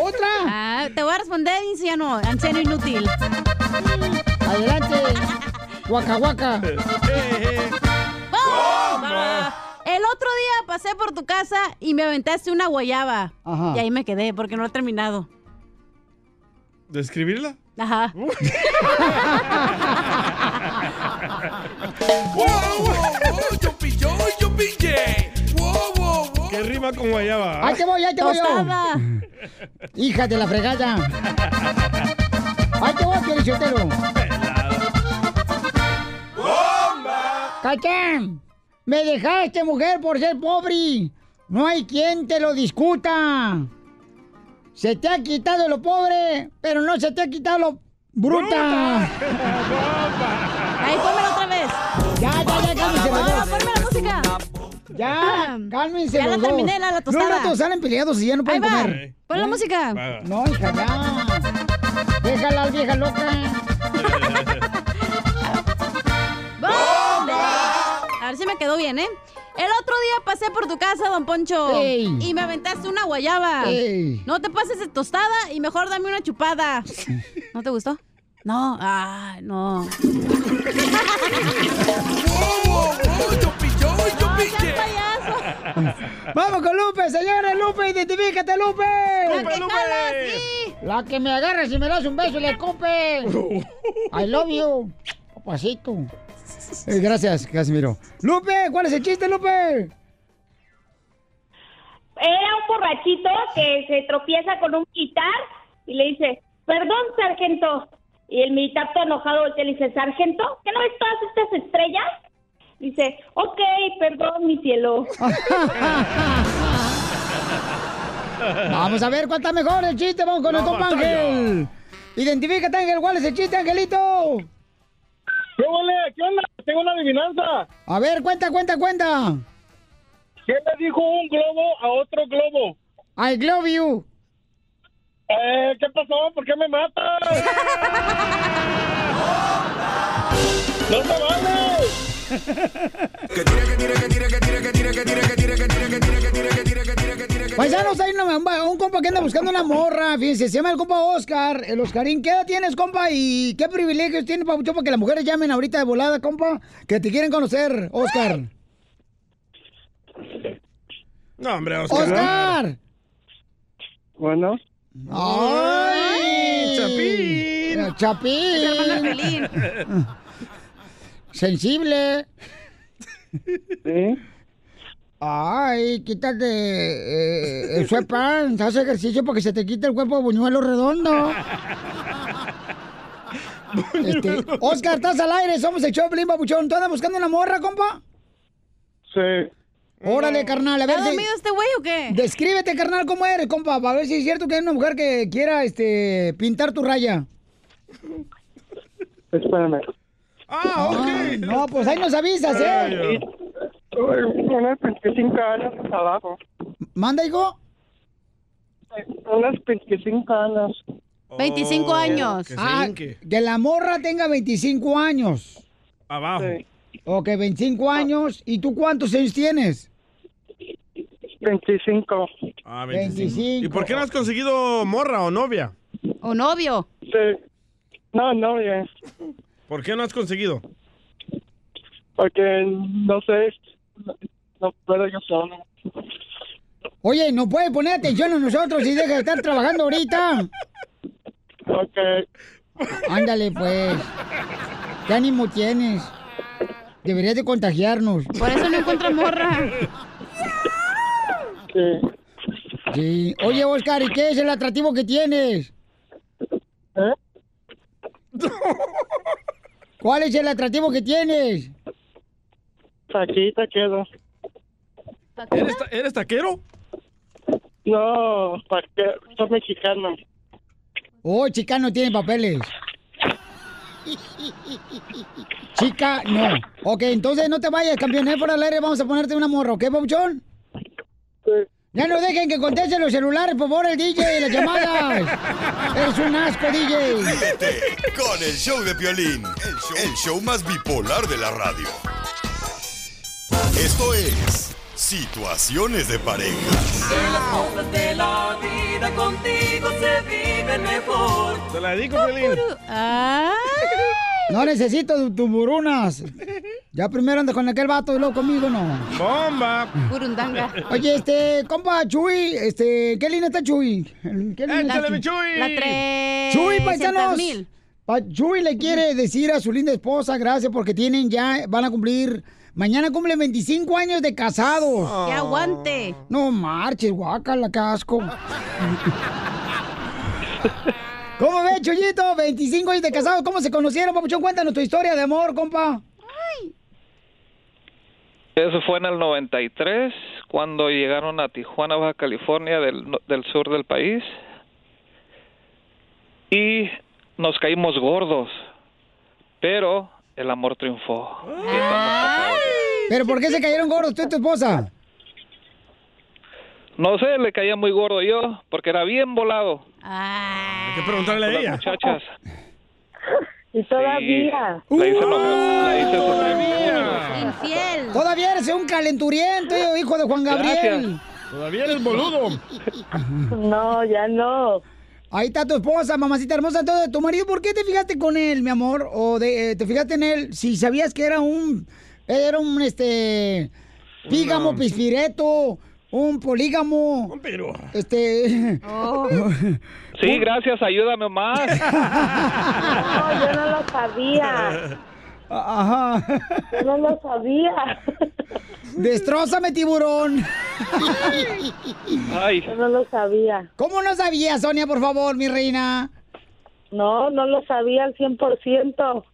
Speaker 2: ¿Otra?
Speaker 8: Ah, te voy a responder, anciano, anciano inútil.
Speaker 2: Adelante. Guaca, guaca.
Speaker 8: El otro día pasé por tu casa y me aventaste una guayaba.
Speaker 3: Ajá.
Speaker 8: Y ahí me quedé porque no lo he terminado.
Speaker 3: ¿Describirla?
Speaker 8: Ajá.
Speaker 3: Que rima con guayaba. ¿ah?
Speaker 2: Ahí te voy, ahí te voy yo.
Speaker 3: Tostada.
Speaker 2: Hija de la fregada. Ahí te voy, Pielichotero. ¡Cachán! Me dejaste, mujer, por ser pobre. No hay quien te lo discuta. Se te ha quitado lo pobre, pero no se te ha quitado lo bruta.
Speaker 8: Ahí, pónmelo otra vez.
Speaker 2: Ya, ya, ya, cálmense los dos.
Speaker 8: Ponme la música.
Speaker 2: Ya, cálmense
Speaker 8: Ya la
Speaker 2: los dos.
Speaker 8: terminé, la- la tostada.
Speaker 2: No, rato salen peleados y ya no pueden
Speaker 8: Ahí va.
Speaker 2: comer.
Speaker 8: Pon la música.
Speaker 2: No, hija, ya. Déjala, vieja loca.
Speaker 8: A ver si me quedó bien, ¿eh? El otro día pasé por tu casa, don Poncho.
Speaker 2: Ey.
Speaker 8: Y me aventaste una guayaba.
Speaker 2: Ey.
Speaker 8: No te pases de tostada y mejor dame una chupada. ¿No te gustó? No. Ah, no.
Speaker 2: Vamos con Lupe, señores, Lupe, identifícate, Lupe.
Speaker 17: Lupe, La que Lupe. jala, sí.
Speaker 2: La que me agarra si me das un beso y le escupe. I love you. Papacito. Eh, gracias, Casimiro. Lupe, ¿cuál es el chiste, Lupe?
Speaker 20: Era un borrachito que se tropieza con un quitar y le dice, perdón, sargento, Y el militar todo enojado voltea y le dice, sargento, ¿qué no ves todas estas estrellas? Dice, ok, perdón, mi cielo.
Speaker 2: Vamos a ver cuánta mejor el chiste. Vamos con el compa Ángel. Identifícate, Ángel. ¿Cuál es el chiste, Angelito?
Speaker 10: ¿Qué ¿Qué onda? Tengo una adivinanza.
Speaker 2: A ver, cuenta, cuenta, cuenta.
Speaker 10: ¿Qué le dijo un globo a otro globo?
Speaker 2: I love you.
Speaker 10: Eh, ¿Qué pasó? ¿Por qué me matas? ¡No te vale!
Speaker 2: Paisanos, hay una- un compa que anda buscando una morra. Fíjense, se llama el compa Oscar. El Oscarín, ¿qué edad tienes, compa? ¿Y qué privilegios tiene, Pabuchón, para que las mujeres llamen ahorita de volada, compa? Que te quieren conocer, Oscar.
Speaker 3: No, hombre, Oscar.
Speaker 2: ¡Oscar!
Speaker 21: Bueno,
Speaker 2: ¡Ay! eh, ¡Chapín! ¡Chapín! ¡Sensible!
Speaker 21: ¿Sí?
Speaker 2: Ay, quítate eh, el sweatpants, haz ejercicio para que se te quite el cuerpo de buñuelo redondo. Este, Oscar, estás al aire, somos el show, de Pelín Papuchón. ¿Tú andas buscando una morra, compa?
Speaker 21: sí.
Speaker 8: Eh,
Speaker 2: Órale, carnal, a ver.
Speaker 8: ¿Está
Speaker 2: de-
Speaker 8: dormido este güey o qué?
Speaker 2: Descríbete, carnal, cómo eres, compa, para ver si es cierto que hay una mujer que quiera este, pintar tu raya.
Speaker 21: Espérame.
Speaker 3: Ah,
Speaker 2: ok. No, pues ahí nos avisas, ¿eh?
Speaker 21: Unas 25 años para abajo.
Speaker 2: Manda, hijo.
Speaker 21: Unas 25 años.
Speaker 3: Oh,
Speaker 8: 25 años.
Speaker 2: Ah, que la morra tenga 25 años.
Speaker 3: Abajo.
Speaker 2: Ok, 25 años. ¿Y tú cuántos años tienes?
Speaker 21: 25.
Speaker 3: Ah, 25. ¿Y por qué no has conseguido morra o novia?
Speaker 8: ¿O novio?
Speaker 21: Sí. No, no, bien.
Speaker 3: ¿Por qué no has conseguido?
Speaker 21: Porque no sé. No, no puedo yo solo.
Speaker 2: Oye, no puede poner atención a nosotros y deja de estar trabajando ahorita.
Speaker 21: Ok.
Speaker 2: Ándale, pues. ¿Qué ánimo tienes? Deberías de contagiarnos.
Speaker 8: Por eso no encuentra morra.
Speaker 2: Sí. Oye, Oscar, ¿y qué es el atractivo que tienes?
Speaker 21: ¿Eh?
Speaker 2: ¿Cuál es el atractivo que tienes?
Speaker 21: Aquí te quedo.
Speaker 3: ¿Eres, ta- eres taquero?
Speaker 21: No, para que soy mexicano.
Speaker 2: Oh, chica no tiene papeles. Chica, no. Ok, entonces no te vayas, campeón. ¿eh? Fuera del aire vamos a ponerte una morra, ¿ok, Pauchón? Ya no dejen que contesten los celulares, por favor, el DJ, las llamadas. Eres un asco, DJ.
Speaker 7: Ríete con el show de Piolín, el show, el show más bipolar de la radio. Esto es Situaciones de Pareja.
Speaker 22: De las cosas de la vida contigo se vive mejor.
Speaker 3: Te la dedico, Pelín.
Speaker 2: No necesito tu- tumburunas. Ya primero andas con aquel vato y luego conmigo, no.
Speaker 3: ¡Bomba!
Speaker 8: Burundanga.
Speaker 2: Oye, este, compa Chuy, este, ¿qué línea está Chuy? ¿Qué línea está
Speaker 3: Échale, mi Chuy. La tres-
Speaker 2: Chuy, paisanos.
Speaker 8: 300,000.
Speaker 2: Pa- Chuy le quiere decir a su linda esposa, gracias porque tienen ya, van a cumplir, mañana cumplen 25 años de casados.
Speaker 8: Que aguante.
Speaker 2: No marches, guácala, qué asco. ¿Cómo ves, Chuyito? 25 años de casados, ¿cómo se conocieron, papuchón? Cuéntanos tu historia de amor, compa.
Speaker 23: Eso fue en el 93, cuando llegaron a Tijuana, Baja California, del, no- del sur del país. Y nos caímos gordos, pero el amor triunfó.
Speaker 2: ¿Pero por qué se cayeron gordos tú y tu esposa?
Speaker 23: No sé, le caía muy gordo yo, porque era bien volado.
Speaker 3: Hay que preguntarle a
Speaker 23: Las
Speaker 3: ella.
Speaker 23: muchachas.
Speaker 20: Y todavía.
Speaker 23: Sí, la hice enojar, la hice
Speaker 8: Infiel.
Speaker 2: Todavía eres un calenturiento, hijo de Juan Gabriel.
Speaker 3: Todavía eres boludo.
Speaker 2: No, ya no. Ahí está tu esposa, mamacita hermosa. Entonces, tu marido, ¿por qué te fijaste con él, mi amor? ¿O de- eh, te fijaste en él si sabías que era un, era un, este, pígamo, pispireto, un polígamo? Un
Speaker 3: pero.
Speaker 2: Este.
Speaker 20: Oh.
Speaker 23: Sí, gracias, ayúdame más.
Speaker 20: No, yo no lo sabía.
Speaker 2: Ajá.
Speaker 20: Yo no lo sabía.
Speaker 2: Destrózame, tiburón.
Speaker 20: Yo no lo sabía.
Speaker 2: ¿Cómo no sabías, Sonia, por favor, mi reina?
Speaker 21: No, no lo sabía al 100%.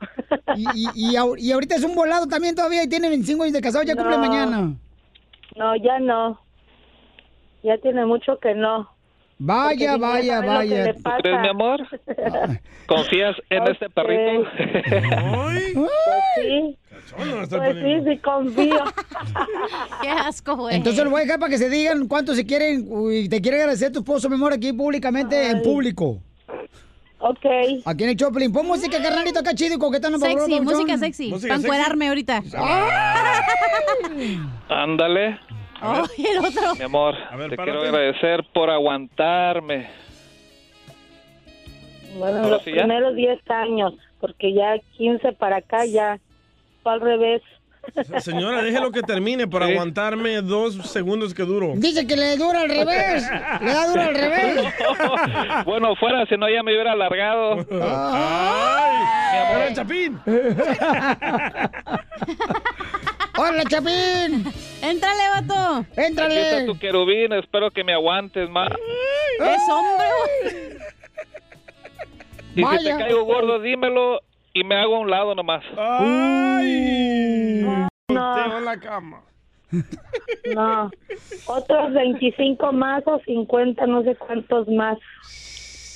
Speaker 2: Y, y, y ahor- y ahorita es un volado también todavía y tiene 25 años de casado, Oh, ya cumple
Speaker 21: No.
Speaker 2: mañana.
Speaker 21: No, ya no. Ya tiene mucho que no.
Speaker 2: Vaya,
Speaker 21: Porque mi
Speaker 2: vaya,
Speaker 21: mamá es lo que
Speaker 2: vaya.
Speaker 21: le
Speaker 2: ¿Tú
Speaker 21: pasa.
Speaker 2: crees, mi
Speaker 23: amor? ¿Confías en este perrito?
Speaker 21: Pues sí, pues sí, sí confío.
Speaker 8: Qué asco, güey.
Speaker 2: Entonces lo voy a dejar para que se digan cuánto se quieren. Uy, te quiere agradecer tu esposo, mi amor, aquí públicamente, en público.
Speaker 21: Ok.
Speaker 2: Aquí en el Choplin. Pon música, carnalito, acá chido y coquetano. por favor,
Speaker 8: Sexy,
Speaker 2: pues, papuchón. Pues,
Speaker 8: música sexy. para encuerarme ahorita.
Speaker 2: ah,
Speaker 23: Ándale.
Speaker 8: Ay, el otro.
Speaker 23: Mi amor, te quiero agradecer por aguantarme.
Speaker 21: Bueno,
Speaker 23: Ahora
Speaker 21: los
Speaker 23: sí ya.
Speaker 21: primeros 10 años, porque ya 15 para acá ya fue al revés.
Speaker 3: Señora, déjelo que termine para aguantarme dos segundos que duro.
Speaker 2: Dice que le dura al revés. Le da duro al revés.
Speaker 23: Bueno, fuera, si no ya me hubiera alargado.
Speaker 3: ¡Ay! Chapín!
Speaker 2: ¡Hola, Chapín!
Speaker 8: ¡Éntrale, vato!
Speaker 23: Aquí está
Speaker 2: ¡Éntrale!
Speaker 23: tu querubín, espero que me aguantes más.
Speaker 8: ¡Es hombre!
Speaker 23: Y si
Speaker 8: Vaya.
Speaker 23: te caigo gordo, dímelo y me hago a un lado nomás.
Speaker 3: ¡Ay!
Speaker 21: No,
Speaker 3: la cama.
Speaker 21: no. Otros 25 más o 50, no sé cuántos más.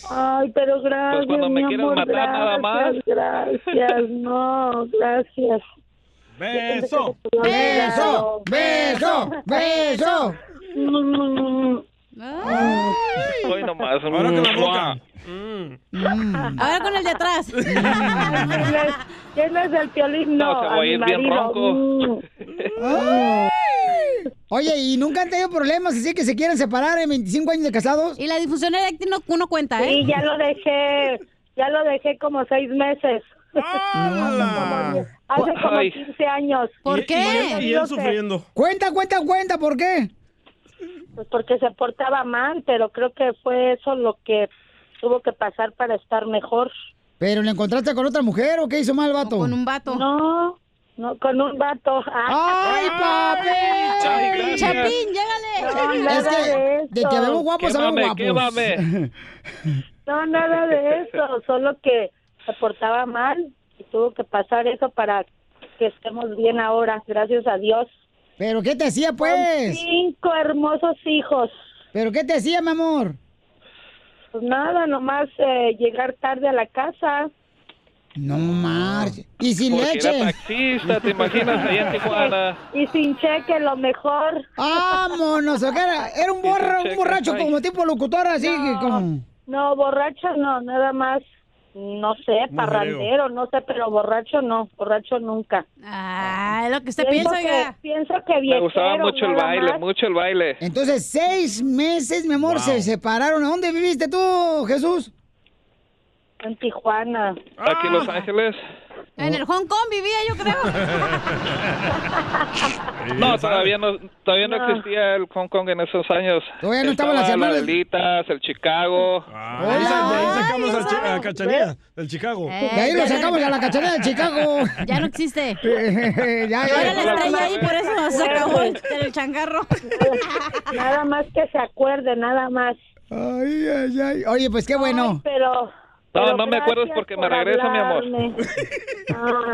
Speaker 21: Ay, pero gracias,
Speaker 23: Pues cuando me
Speaker 21: mi
Speaker 23: quieras
Speaker 21: amor,
Speaker 23: matar, nada más.
Speaker 21: gracias, Gracias, no, gracias.
Speaker 23: Beso,
Speaker 2: beso, beso, beso.
Speaker 23: Hoy nomás.
Speaker 3: Ahora con la boca.
Speaker 2: Mm.
Speaker 8: Ahora con el de atrás.
Speaker 21: ¿Quién es el piolín? No,
Speaker 23: se va a ir
Speaker 21: mi
Speaker 23: bien
Speaker 21: marido.
Speaker 23: ronco.
Speaker 2: Ay. Oye, ¿y nunca han tenido problemas así que se quieren separar en 25 años de casados?
Speaker 8: Y la difusión eréctil no, uno cuenta, ¿eh?
Speaker 21: Sí, ya lo dejé, ya lo dejé como seis meses. Hace como
Speaker 2: Ay.
Speaker 21: 15 años.
Speaker 8: ¿Por
Speaker 21: Y- qué? y él- y él sufriendo.
Speaker 2: Cuenta, cuenta, cuenta, ¿por qué?
Speaker 21: Pues porque se portaba mal, pero creo que fue eso lo que tuvo que pasar para estar mejor.
Speaker 2: ¿Pero le encontraste con otra mujer o qué hizo mal, vato? Con
Speaker 8: un vato.
Speaker 21: No, no, con un vato. Ah.
Speaker 2: ¡Ay, papi!
Speaker 8: Chapín, llégale.
Speaker 2: es que de que vemos guapos, sabemos guapos.
Speaker 21: No, nada de eso, solo que se portaba mal y tuvo que pasar eso para que estemos bien ahora, gracias a Dios.
Speaker 2: ¿Pero qué te hacía, pues?
Speaker 21: cinco hermosos hijos.
Speaker 2: ¿Pero qué te hacía, mi amor?
Speaker 21: Pues nada, nomás eh, llegar tarde a la casa.
Speaker 2: No marches. Y sin
Speaker 23: Porque
Speaker 2: leche.
Speaker 23: era taxista, ¿te imaginas? Allá en Tijuana.
Speaker 21: Y sin cheque, lo mejor.
Speaker 2: Vámonos, o que era, era un, borra- un borracho como tipo locutor, así que como...
Speaker 21: No, borracho no, nada más, no sé, parrandero, no sé, pero borracho no, borracho nunca.
Speaker 8: Ah, lo que
Speaker 21: usted
Speaker 8: piensa, oiga.
Speaker 21: Pienso que
Speaker 23: Me
Speaker 21: viejero,
Speaker 23: gustaba mucho el
Speaker 21: nada
Speaker 23: baile,
Speaker 21: más.
Speaker 23: mucho el baile.
Speaker 2: Entonces, seis meses, mi amor, se separaron. ¿A dónde viviste tú, Jesús?
Speaker 21: En Tijuana.
Speaker 23: Aquí en Los Ángeles.
Speaker 8: En el Hong Kong vivía, yo creo.
Speaker 23: No, todavía no, todavía no
Speaker 8: No.
Speaker 23: existía el Hong Kong en esos años.
Speaker 2: Todavía no estaban las hermanas.
Speaker 23: Lelitas, el Chicago.
Speaker 3: Ahí, sa- de ahí sacamos a, Chi- a Cachanilla, del Chicago.
Speaker 2: Eh, De ahí lo sacamos a la cacharra de Chicago.
Speaker 8: Ya no existe.
Speaker 2: ya,
Speaker 8: Yo era la
Speaker 21: Nada
Speaker 8: estrella
Speaker 21: más
Speaker 8: ahí, por eso
Speaker 21: que
Speaker 8: se acabó el,
Speaker 21: acuerde.
Speaker 8: el changarro.
Speaker 21: Nada más que se acuerde, nada más.
Speaker 2: Ay, ay, ay. Oye, pues qué bueno.
Speaker 21: Pero...
Speaker 23: No,
Speaker 21: pero
Speaker 23: no me acuerdas
Speaker 21: gracias
Speaker 23: porque me
Speaker 21: por
Speaker 23: regresa, mi amor.
Speaker 21: hablarme.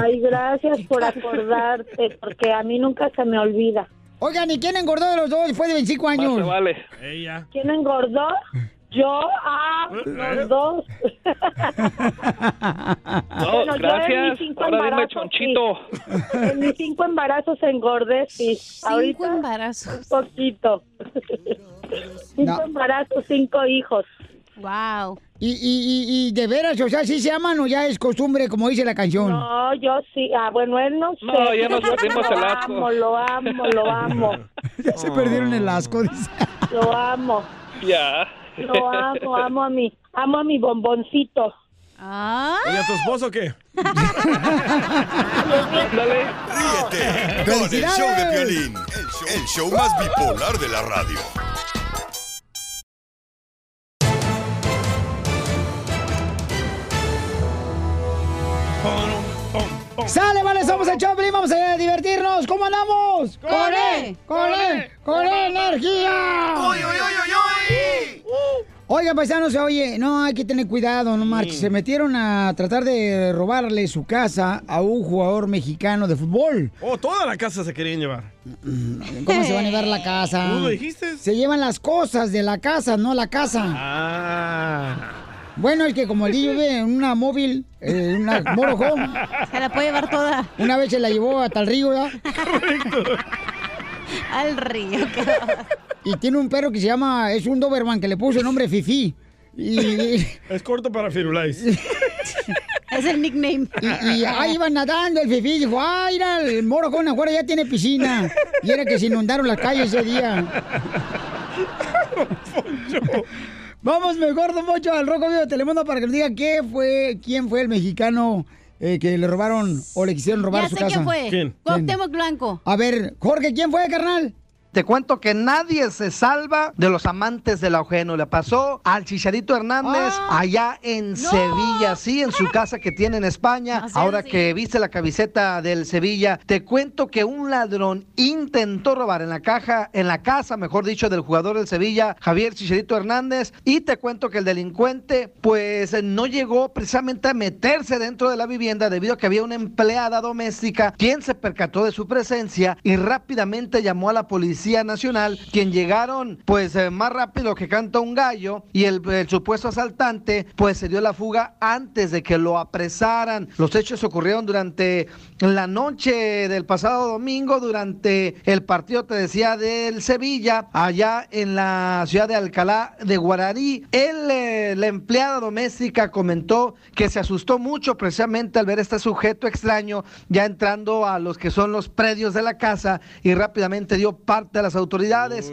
Speaker 21: Ay, gracias por acordarte, porque a mí nunca se me olvida.
Speaker 2: Oigan, ¿y quién engordó de los dos después de 25 años?
Speaker 23: vale.
Speaker 3: Ella.
Speaker 21: ¿Quién engordó? Yo, ah, los dos.
Speaker 23: No,
Speaker 21: Bueno, yo en mis
Speaker 23: gracias.
Speaker 21: cinco
Speaker 23: Ahora dime
Speaker 21: embarazos,
Speaker 23: chonchito.
Speaker 21: En mis cinco embarazos engordé, sí.
Speaker 8: Cinco
Speaker 21: Ahorita,
Speaker 8: embarazos.
Speaker 21: Un poquito. cinco
Speaker 2: No.
Speaker 21: embarazos, cinco hijos.
Speaker 8: Wow.
Speaker 2: Y, y, y, y de veras, o sea, ¿sí se aman o ya es costumbre, como dice la canción?
Speaker 21: No, yo sí. Ah, bueno, él no sé.
Speaker 2: No, ya nos
Speaker 21: Yo
Speaker 2: perdimos el
Speaker 21: lo
Speaker 2: asco.
Speaker 21: amo, lo amo, lo amo,
Speaker 2: Ya se perdieron el asco, dice.
Speaker 21: lo amo.
Speaker 23: Ya.
Speaker 21: Lo amo, amo a mi, amo a mi bomboncito.
Speaker 3: ¿Y a tu esposo qué?
Speaker 7: Ríete con el show de Piolín, el show, el show más bipolar de la radio.
Speaker 2: ¡Sale, vale! Somos el Choplin, vamos a divertirnos. ¿Cómo andamos?
Speaker 12: ¡Con E!
Speaker 2: ¡Con E! ¡Con E! energía!
Speaker 12: ¡Uy, uy, uy, uy, uy!
Speaker 2: Oiga, paisanos, oye, no, hay que tener cuidado, no marches. Se metieron a tratar de robarle su casa a un jugador mexicano de fútbol.
Speaker 3: Oh, toda la casa se querían llevar.
Speaker 2: Mm, ¿Cómo se va a llevar la casa?
Speaker 3: ¿Tú lo dijiste?
Speaker 2: Se llevan las cosas de la casa, no la casa.
Speaker 8: Ah.
Speaker 2: Bueno, es que como el DJ vive en una móvil, eh, en una motorhome.
Speaker 8: Se la puede llevar toda.
Speaker 2: Una vez se la llevó hasta el río, ¿verdad?
Speaker 8: Al río. qué
Speaker 2: Y tiene un perro que se llama, es un Doberman que le puso el nombre Fifi. Y,
Speaker 3: Es corto para Firulais.
Speaker 2: Es el nickname. Y, y ahí iba nadando el fifí. Dijo, ay, mira, el moro con afuera ya tiene piscina. Y era que se inundaron las calles ese día. Vamos mejor, Don Pocho, al Rojo Vivo de Telemundo para que nos diga qué fue, quién fue el mexicano eh, que le robaron o le quisieron robar
Speaker 8: Ya
Speaker 2: su
Speaker 8: sé
Speaker 2: casa.
Speaker 8: quién fue. Cuauhtémoc Blanco.
Speaker 2: A ver, Jorge, ¿quién fue, carnal?
Speaker 4: Te cuento que nadie se salva de los amantes del ajeno. Le pasó al Chicharito Hernández allá en Sevilla, sí, en su casa que tiene en España. Ahora que viste la camiseta del Sevilla, te cuento que un ladrón intentó robar en la caja, en la casa, mejor dicho, del jugador del Sevilla, Javier Chicharito Hernández. Y te cuento que el delincuente, pues, no llegó precisamente a meterse dentro de la vivienda debido a que había una empleada doméstica quien se percató de su presencia y rápidamente llamó a la Policía Nacional, quien llegaron pues eh, más rápido que canta un gallo y el, el supuesto asaltante pues se dio la fuga antes de que lo apresaran. Los hechos ocurrieron durante la noche del pasado domingo, durante el partido, te decía, del Sevilla, allá en la ciudad de Alcalá de Guararí. El, eh, la empleada doméstica comentó que se asustó mucho precisamente al ver este sujeto extraño ya entrando a los que son los predios de la casa y rápidamente dio parte a las autoridades.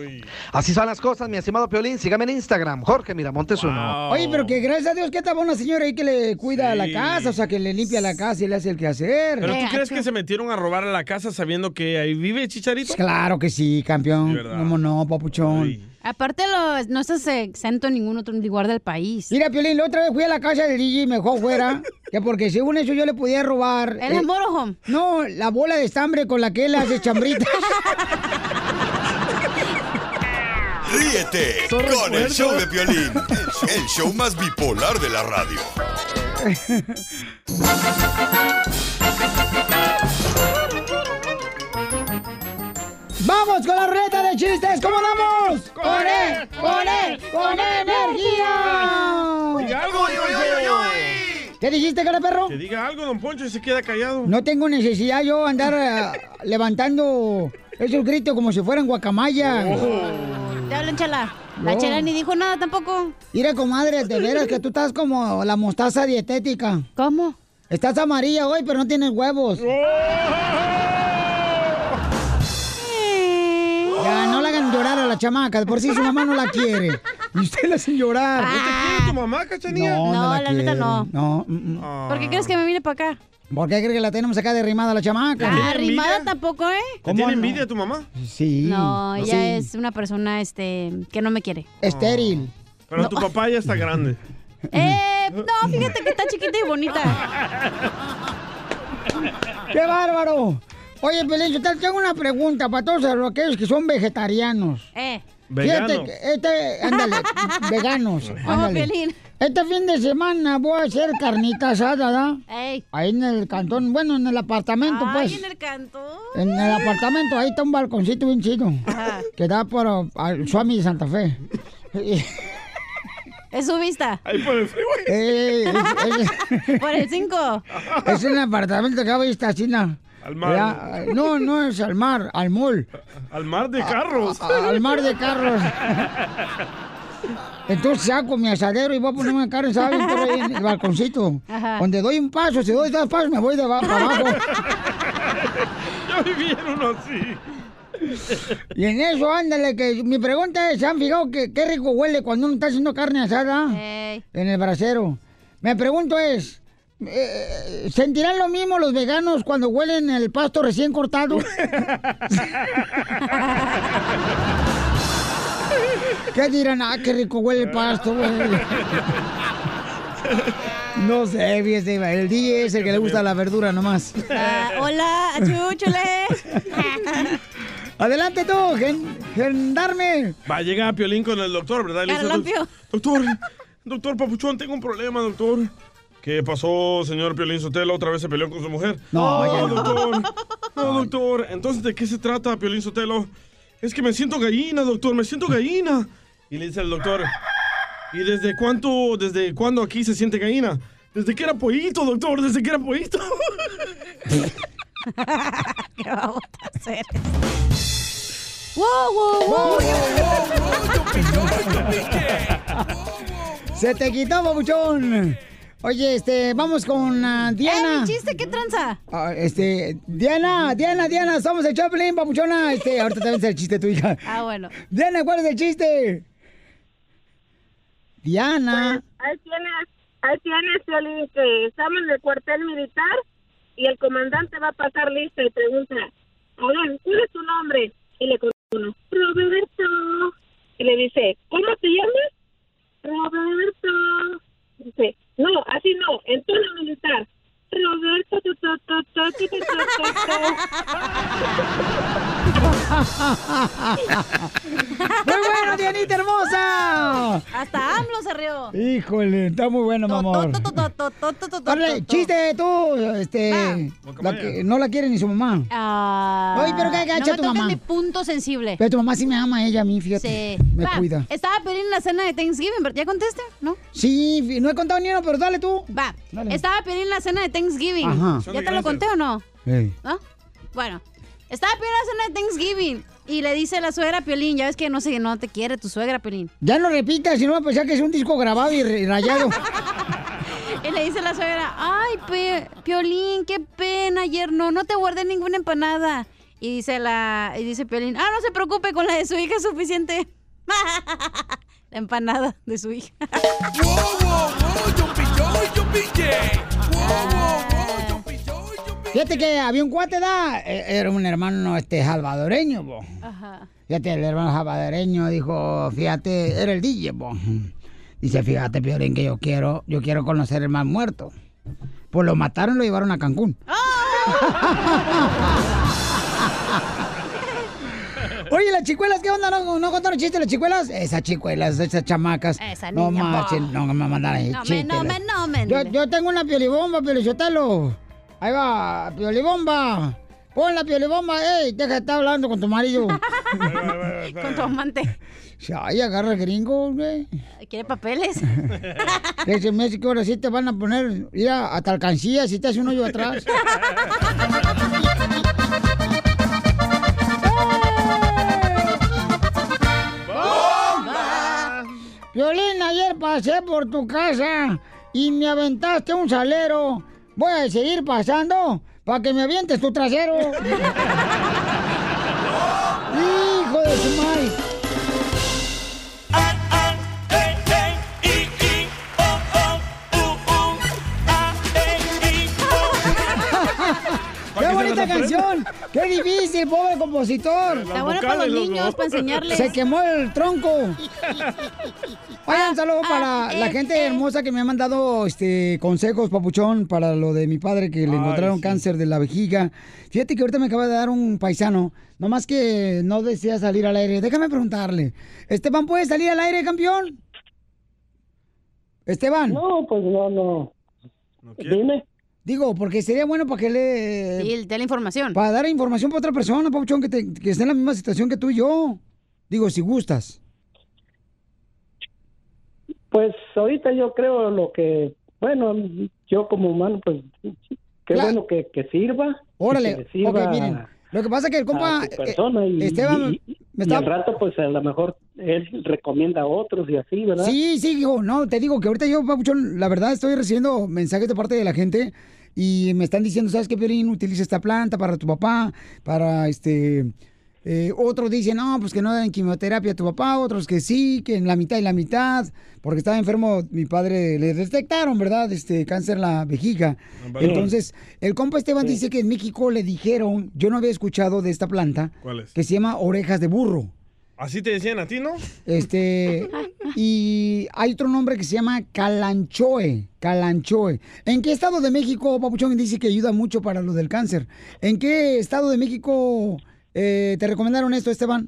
Speaker 4: Así son las cosas, mi estimado Piolín. Sígame en Instagram, Jorge Miramontes uno.
Speaker 2: Oye, pero que gracias a Dios que está buena señora ahí que le cuida
Speaker 3: Sí.
Speaker 2: la casa, o sea, que le limpia la casa y le hace el quehacer.
Speaker 3: ¿Pero tú crees que se metieron a robar a la casa sabiendo que ahí vive Chicharito?
Speaker 2: Pues Claro que sí, campeón. ¿Cómo no, papuchón?
Speaker 8: Aparte, los, no estás exento en ningún otro lugar del país.
Speaker 2: Mira, Piolín, la otra vez fui a la casa del DJ y me dejó fuera. que porque según eso yo le podía robar. eh,
Speaker 8: ¿Eres morojo?
Speaker 2: No, la bola de estambre con la que él hace chambritas.
Speaker 7: Ríete
Speaker 2: Son
Speaker 7: con el
Speaker 2: recuerdos.
Speaker 7: show de Piolín, el show- el show más bipolar de la radio.
Speaker 2: ¡Vamos con la ruleta de chistes! ¿Cómo andamos?
Speaker 12: ¡Con él, con él, con energía!
Speaker 3: Diga algo,
Speaker 12: Oy,
Speaker 3: don
Speaker 12: oy,
Speaker 3: Poncho.
Speaker 12: oy,
Speaker 2: ¿Qué dijiste, cara de perro?
Speaker 3: Que diga algo, don Poncho, y se queda callado.
Speaker 2: No tengo necesidad yo andar eh, levantando esos gritos como si fueran guacamaya.
Speaker 8: Oh. Te hablan, chala. La
Speaker 2: No.
Speaker 8: chela ni dijo nada tampoco.
Speaker 2: Mira, comadre, de veras que tú estás como la mostaza dietética.
Speaker 8: ¿Cómo? Oh.
Speaker 2: Estás amarilla hoy, pero no tienes huevos. Ya, no la hagan llorar a la chamaca. De por sí su mamá no la quiere. Y usted la hace llorar. ¿No te quiere
Speaker 3: tu mamá, cachanilla?
Speaker 2: No,
Speaker 8: Ah. No,
Speaker 2: la,
Speaker 8: la neta
Speaker 2: quiere.
Speaker 8: no.
Speaker 2: No. mm, mm.
Speaker 8: ¿Por qué crees que me vine para acá?
Speaker 2: ¿Por qué cree que la tenemos acá derrimada la chamaca?
Speaker 8: Ah, rimada tampoco, ¿eh?
Speaker 2: ¿Cómo no?
Speaker 3: tu mamá?
Speaker 2: Sí.
Speaker 8: No, ella
Speaker 2: Sí.
Speaker 8: es una persona este, que no me quiere.
Speaker 2: Estéril.
Speaker 3: Pero tu papá ya está grande.
Speaker 8: Eh, no, fíjate que está chiquita y bonita.
Speaker 2: ¡Qué bárbaro! Oye, Pelín, yo te tengo una pregunta para todos aquellos que son vegetarianos.
Speaker 8: Eh.
Speaker 2: Fíjate, que este, ándale, veganos,
Speaker 8: Oh,
Speaker 2: ándale.
Speaker 8: Piolín.
Speaker 2: Este fin de semana voy a hacer carnita asada, ¿da?
Speaker 8: Ey.
Speaker 2: Ahí en el cantón, bueno, en el apartamento, pues.
Speaker 8: Ay, en el canto.
Speaker 2: En el apartamento, ahí está un balconcito bien chido.
Speaker 8: Ajá.
Speaker 2: Que da por uh, al Suami de Santa Fe.
Speaker 8: Es su vista.
Speaker 3: Ahí por el freeway.
Speaker 8: Por el 5.
Speaker 2: Eh, Es un apartamento que va a vista china.
Speaker 3: Al mar.
Speaker 2: No, no es al mar, al mall.
Speaker 3: Al mar de carros.
Speaker 2: A- a- al mar de carros. Entonces saco mi asadero y voy a poner una carne asada bien por ahí en el balconcito.
Speaker 12: Ajá.
Speaker 2: Donde doy un paso, si doy dos pasos me voy de ba- para abajo.
Speaker 3: Yo viví en uno así.
Speaker 2: Y en eso, ándale, que mi pregunta es, ¿se han fijado que qué rico huele cuando uno está haciendo carne asada
Speaker 8: Eh.
Speaker 2: en el brasero? Me pregunto es, eh, ¿sentirán lo mismo los veganos cuando huelen el pasto recién cortado? ¿Qué dirán? Ah, qué rico huele el pasto, güey. No sé, fíjese, el DJ es el que le gusta la verdura nomás.
Speaker 8: Ah, hola, achúchule.
Speaker 2: Adelante tú, gen- ¡Gendarme!
Speaker 3: Va a llegar Piolín con el doctor, ¿verdad? Y le dice,
Speaker 8: Carlampio.
Speaker 3: doctor, doctor Papuchón, tengo un problema, doctor. ¿Qué pasó, señor Piolín Sotelo? ¿Otra vez se peleó con su mujer?
Speaker 2: No, ya no.
Speaker 3: doctor. No, doctor. Entonces, ¿de qué se trata, Piolín Sotelo? Es que me siento gallina, doctor. Me siento gallina. Y le dice el doctor, ¿y desde cuánto, desde cuándo aquí se siente gallina? Desde que era pollito, doctor. Desde que era pollito.
Speaker 8: ¿Qué vamos a hacer? ¡Wow, wow, wow!
Speaker 2: Se te quitó, babuchón. Oye, este, vamos con ah, Diana.
Speaker 8: ¡Eh, mi chiste, qué tranza!
Speaker 2: Ah, este, Diana, Diana, Diana, somos el Chaplin, papuchona. Este, ahorita también es el chiste tu hija.
Speaker 8: Ah, bueno.
Speaker 2: Diana, ¿cuál es el chiste? Diana.
Speaker 1: Ahí tienes, ahí tienes, Piolín, que estamos en el cuartel militar y el comandante va a pasar lista y pregunta, a ver, ¿cuál es tu nombre? Y le contesta uno, Roberto. Y le dice, ¿cómo te llamas? Roberto. Dice, no, así no, en tono militar. Roberto. tu, tu, tu, tu, tu, tu, tu,
Speaker 2: ¡Muy bueno, Dianita
Speaker 8: Ah.
Speaker 2: hermosa!
Speaker 8: Hasta AMLO se rió.
Speaker 2: Híjole, está muy bueno, mamá. Órale, chiste tú, este, la que- no la quiere ni su mamá.
Speaker 8: Ah,
Speaker 2: Oye, pero qué gacha
Speaker 8: no me
Speaker 2: tu
Speaker 8: toques
Speaker 2: mamá.
Speaker 8: mi punto sensible.
Speaker 2: Pero tu mamá sí me ama, ella a mí,
Speaker 8: Sí.
Speaker 2: fíjate. Me
Speaker 8: Va,
Speaker 2: cuida.
Speaker 8: Estaba pidiendo la cena de Thanksgiving, pero ya contesta, ¿no?
Speaker 2: Sí, fi- no he contado ni uno, pero dale tú.
Speaker 8: Va. Estaba pidiendo la cena de Thanksgiving.
Speaker 2: Ajá.
Speaker 8: ¿Ya te lo conté o no? ¿No? Bueno, estaba pidiendo la cena de Thanksgiving y le dice la suegra a Piolín, ya ves que no sé, no te quiere tu suegra Piolín.
Speaker 2: Ya no repitas, si no va a pensar que es un disco grabado y re- rayado.
Speaker 8: Y le dice la suegra, ay, Pe- Piolín, qué pena, ayer no, no te guardé ninguna empanada. Y dice la, y dice Piolín, ah, no se preocupe, con la de su hija es suficiente. la empanada de su hija.
Speaker 2: Fíjate que había un cuate, da, eh, era un hermano este salvadoreño, bo.
Speaker 8: Ajá.
Speaker 2: Fíjate, el hermano salvadoreño dijo, fíjate, era el DJ, bo. Dice, fíjate, Piolín, que yo quiero, yo quiero conocer el más muerto. Pues lo mataron y lo llevaron a Cancún. Oye, las chicuelas, ¿qué onda? ¿No, no contaron chistes las chicuelas? Esas chicuelas, esas chamacas.
Speaker 8: Esa
Speaker 2: no
Speaker 8: niña,
Speaker 2: marchen,
Speaker 8: bo.
Speaker 2: no me mandaron
Speaker 8: No me,
Speaker 2: chistes.
Speaker 8: no me, no me.
Speaker 2: Yo, yo tengo una piolibomba, piolichotelo. Ahí va, piolibomba. Pon la piolibomba, ey, deja de estar hablando con tu marido.
Speaker 8: Con tu amante.
Speaker 2: Ay, agarra el gringo, güey.
Speaker 8: ¿Quiere papeles?
Speaker 2: Ese mes que ahora sí te van a poner, mira, hasta alcancía si te hace un hoyo atrás. Violín, ayer pasé por tu casa y me aventaste un salero. Voy a seguir pasando para que me avientes tu trasero. Hijo de su madre. ¡Qué bonita canción! ¡Qué difícil, pobre compositor!
Speaker 8: Está bueno para los niños, para enseñarles.
Speaker 2: Se quemó el tronco. Oigan, un saludo
Speaker 8: Ah,
Speaker 2: para
Speaker 8: eh,
Speaker 2: la gente hermosa que me ha mandado este consejos, papuchón, para lo de mi padre que le encontraron cáncer de la vejiga. Fíjate que ahorita me acaba de dar un paisano, nomás que no desea salir al aire. Déjame preguntarle. Esteban, ¿puede salir al aire, campeón? Esteban.
Speaker 5: No, pues no, no.
Speaker 2: Dime. Digo, porque sería bueno para que le...
Speaker 8: Sí, dé la información.
Speaker 2: Para dar información para otra persona, papuchón, que, te- que esté en la misma situación que tú y yo. Digo, si gustas.
Speaker 5: Pues ahorita yo creo lo que, bueno, yo como humano, pues qué
Speaker 2: Claro.
Speaker 5: bueno que, que sirva. y que
Speaker 2: Órale,
Speaker 5: le sirva
Speaker 2: ok, miren. Lo que pasa es que el compa.
Speaker 5: a tu persona
Speaker 2: eh,
Speaker 5: y,
Speaker 2: Esteban,
Speaker 5: y- y-
Speaker 2: me
Speaker 5: y
Speaker 2: está.
Speaker 5: al rato pues a lo mejor él recomienda a otros y así, ¿verdad?
Speaker 2: Sí, sí, hijo, no, te digo que ahorita yo, Papuchón, la verdad estoy recibiendo mensajes de parte de la gente y me están diciendo, ¿sabes qué, Piolín? Utiliza esta planta para tu papá, para este... eh, otros dicen, no, pues que no den quimioterapia a tu papá, otros que sí, que en la mitad y la mitad, porque estaba enfermo, mi padre le detectaron, ¿verdad? Este cáncer en la vejiga.
Speaker 3: Embargo.
Speaker 2: Entonces, el compa Esteban dice que en México le dijeron, yo no había escuchado de esta planta,
Speaker 3: ¿Cuál es?
Speaker 2: que se llama orejas de burro.
Speaker 3: Así te decían a ti, ¿no?
Speaker 2: Este, y hay otro nombre que se llama Calanchoe. Calanchoe. ¿En qué estado de México, Papuchón, dice que ayuda mucho para lo del cáncer? ¿En qué estado de México eh, te recomendaron esto, Esteban?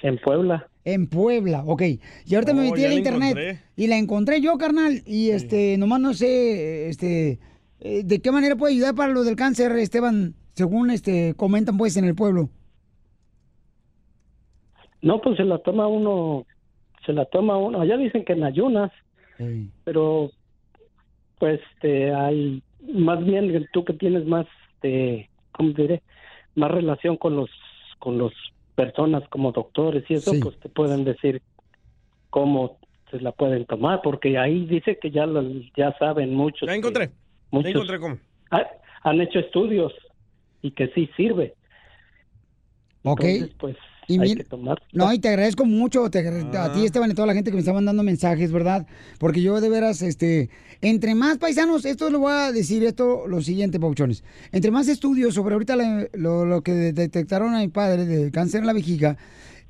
Speaker 2: En Puebla. En Puebla, ok. Y ahorita me
Speaker 5: Oh,
Speaker 2: metí
Speaker 5: ya
Speaker 2: en
Speaker 5: la
Speaker 2: internet
Speaker 5: encontré.
Speaker 2: y la encontré yo, carnal. Y este, nomás no sé, este, eh, de qué manera puede ayudar para lo del cáncer, Esteban, según este comentan pues en el pueblo.
Speaker 5: No, pues se la toma uno, se la toma uno. Allá dicen que en ayunas, pero pues este, hay más bien tú que tienes más, este, ¿cómo te diré? Más relación con los, con los personas como doctores y eso,
Speaker 6: Sí.
Speaker 5: pues te pueden decir cómo se la pueden tomar, porque ahí dice que ya lo- ya saben muchos. Ya encontré,
Speaker 3: Ya encontré cómo.
Speaker 5: ha- han hecho estudios y que sí sirve.
Speaker 2: Ok.
Speaker 5: Entonces, pues
Speaker 2: Y
Speaker 5: hay
Speaker 2: mien-
Speaker 5: que tomar.
Speaker 2: No, y te agradezco mucho, te agra- a ti Esteban y toda la gente que me está mandando mensajes, ¿verdad? Porque yo de veras, este, entre más paisanos, esto lo voy a decir, esto, lo siguiente, Pauchones, entre más estudios sobre ahorita la- lo, lo que de- detectaron a mi padre de cáncer en la vejiga,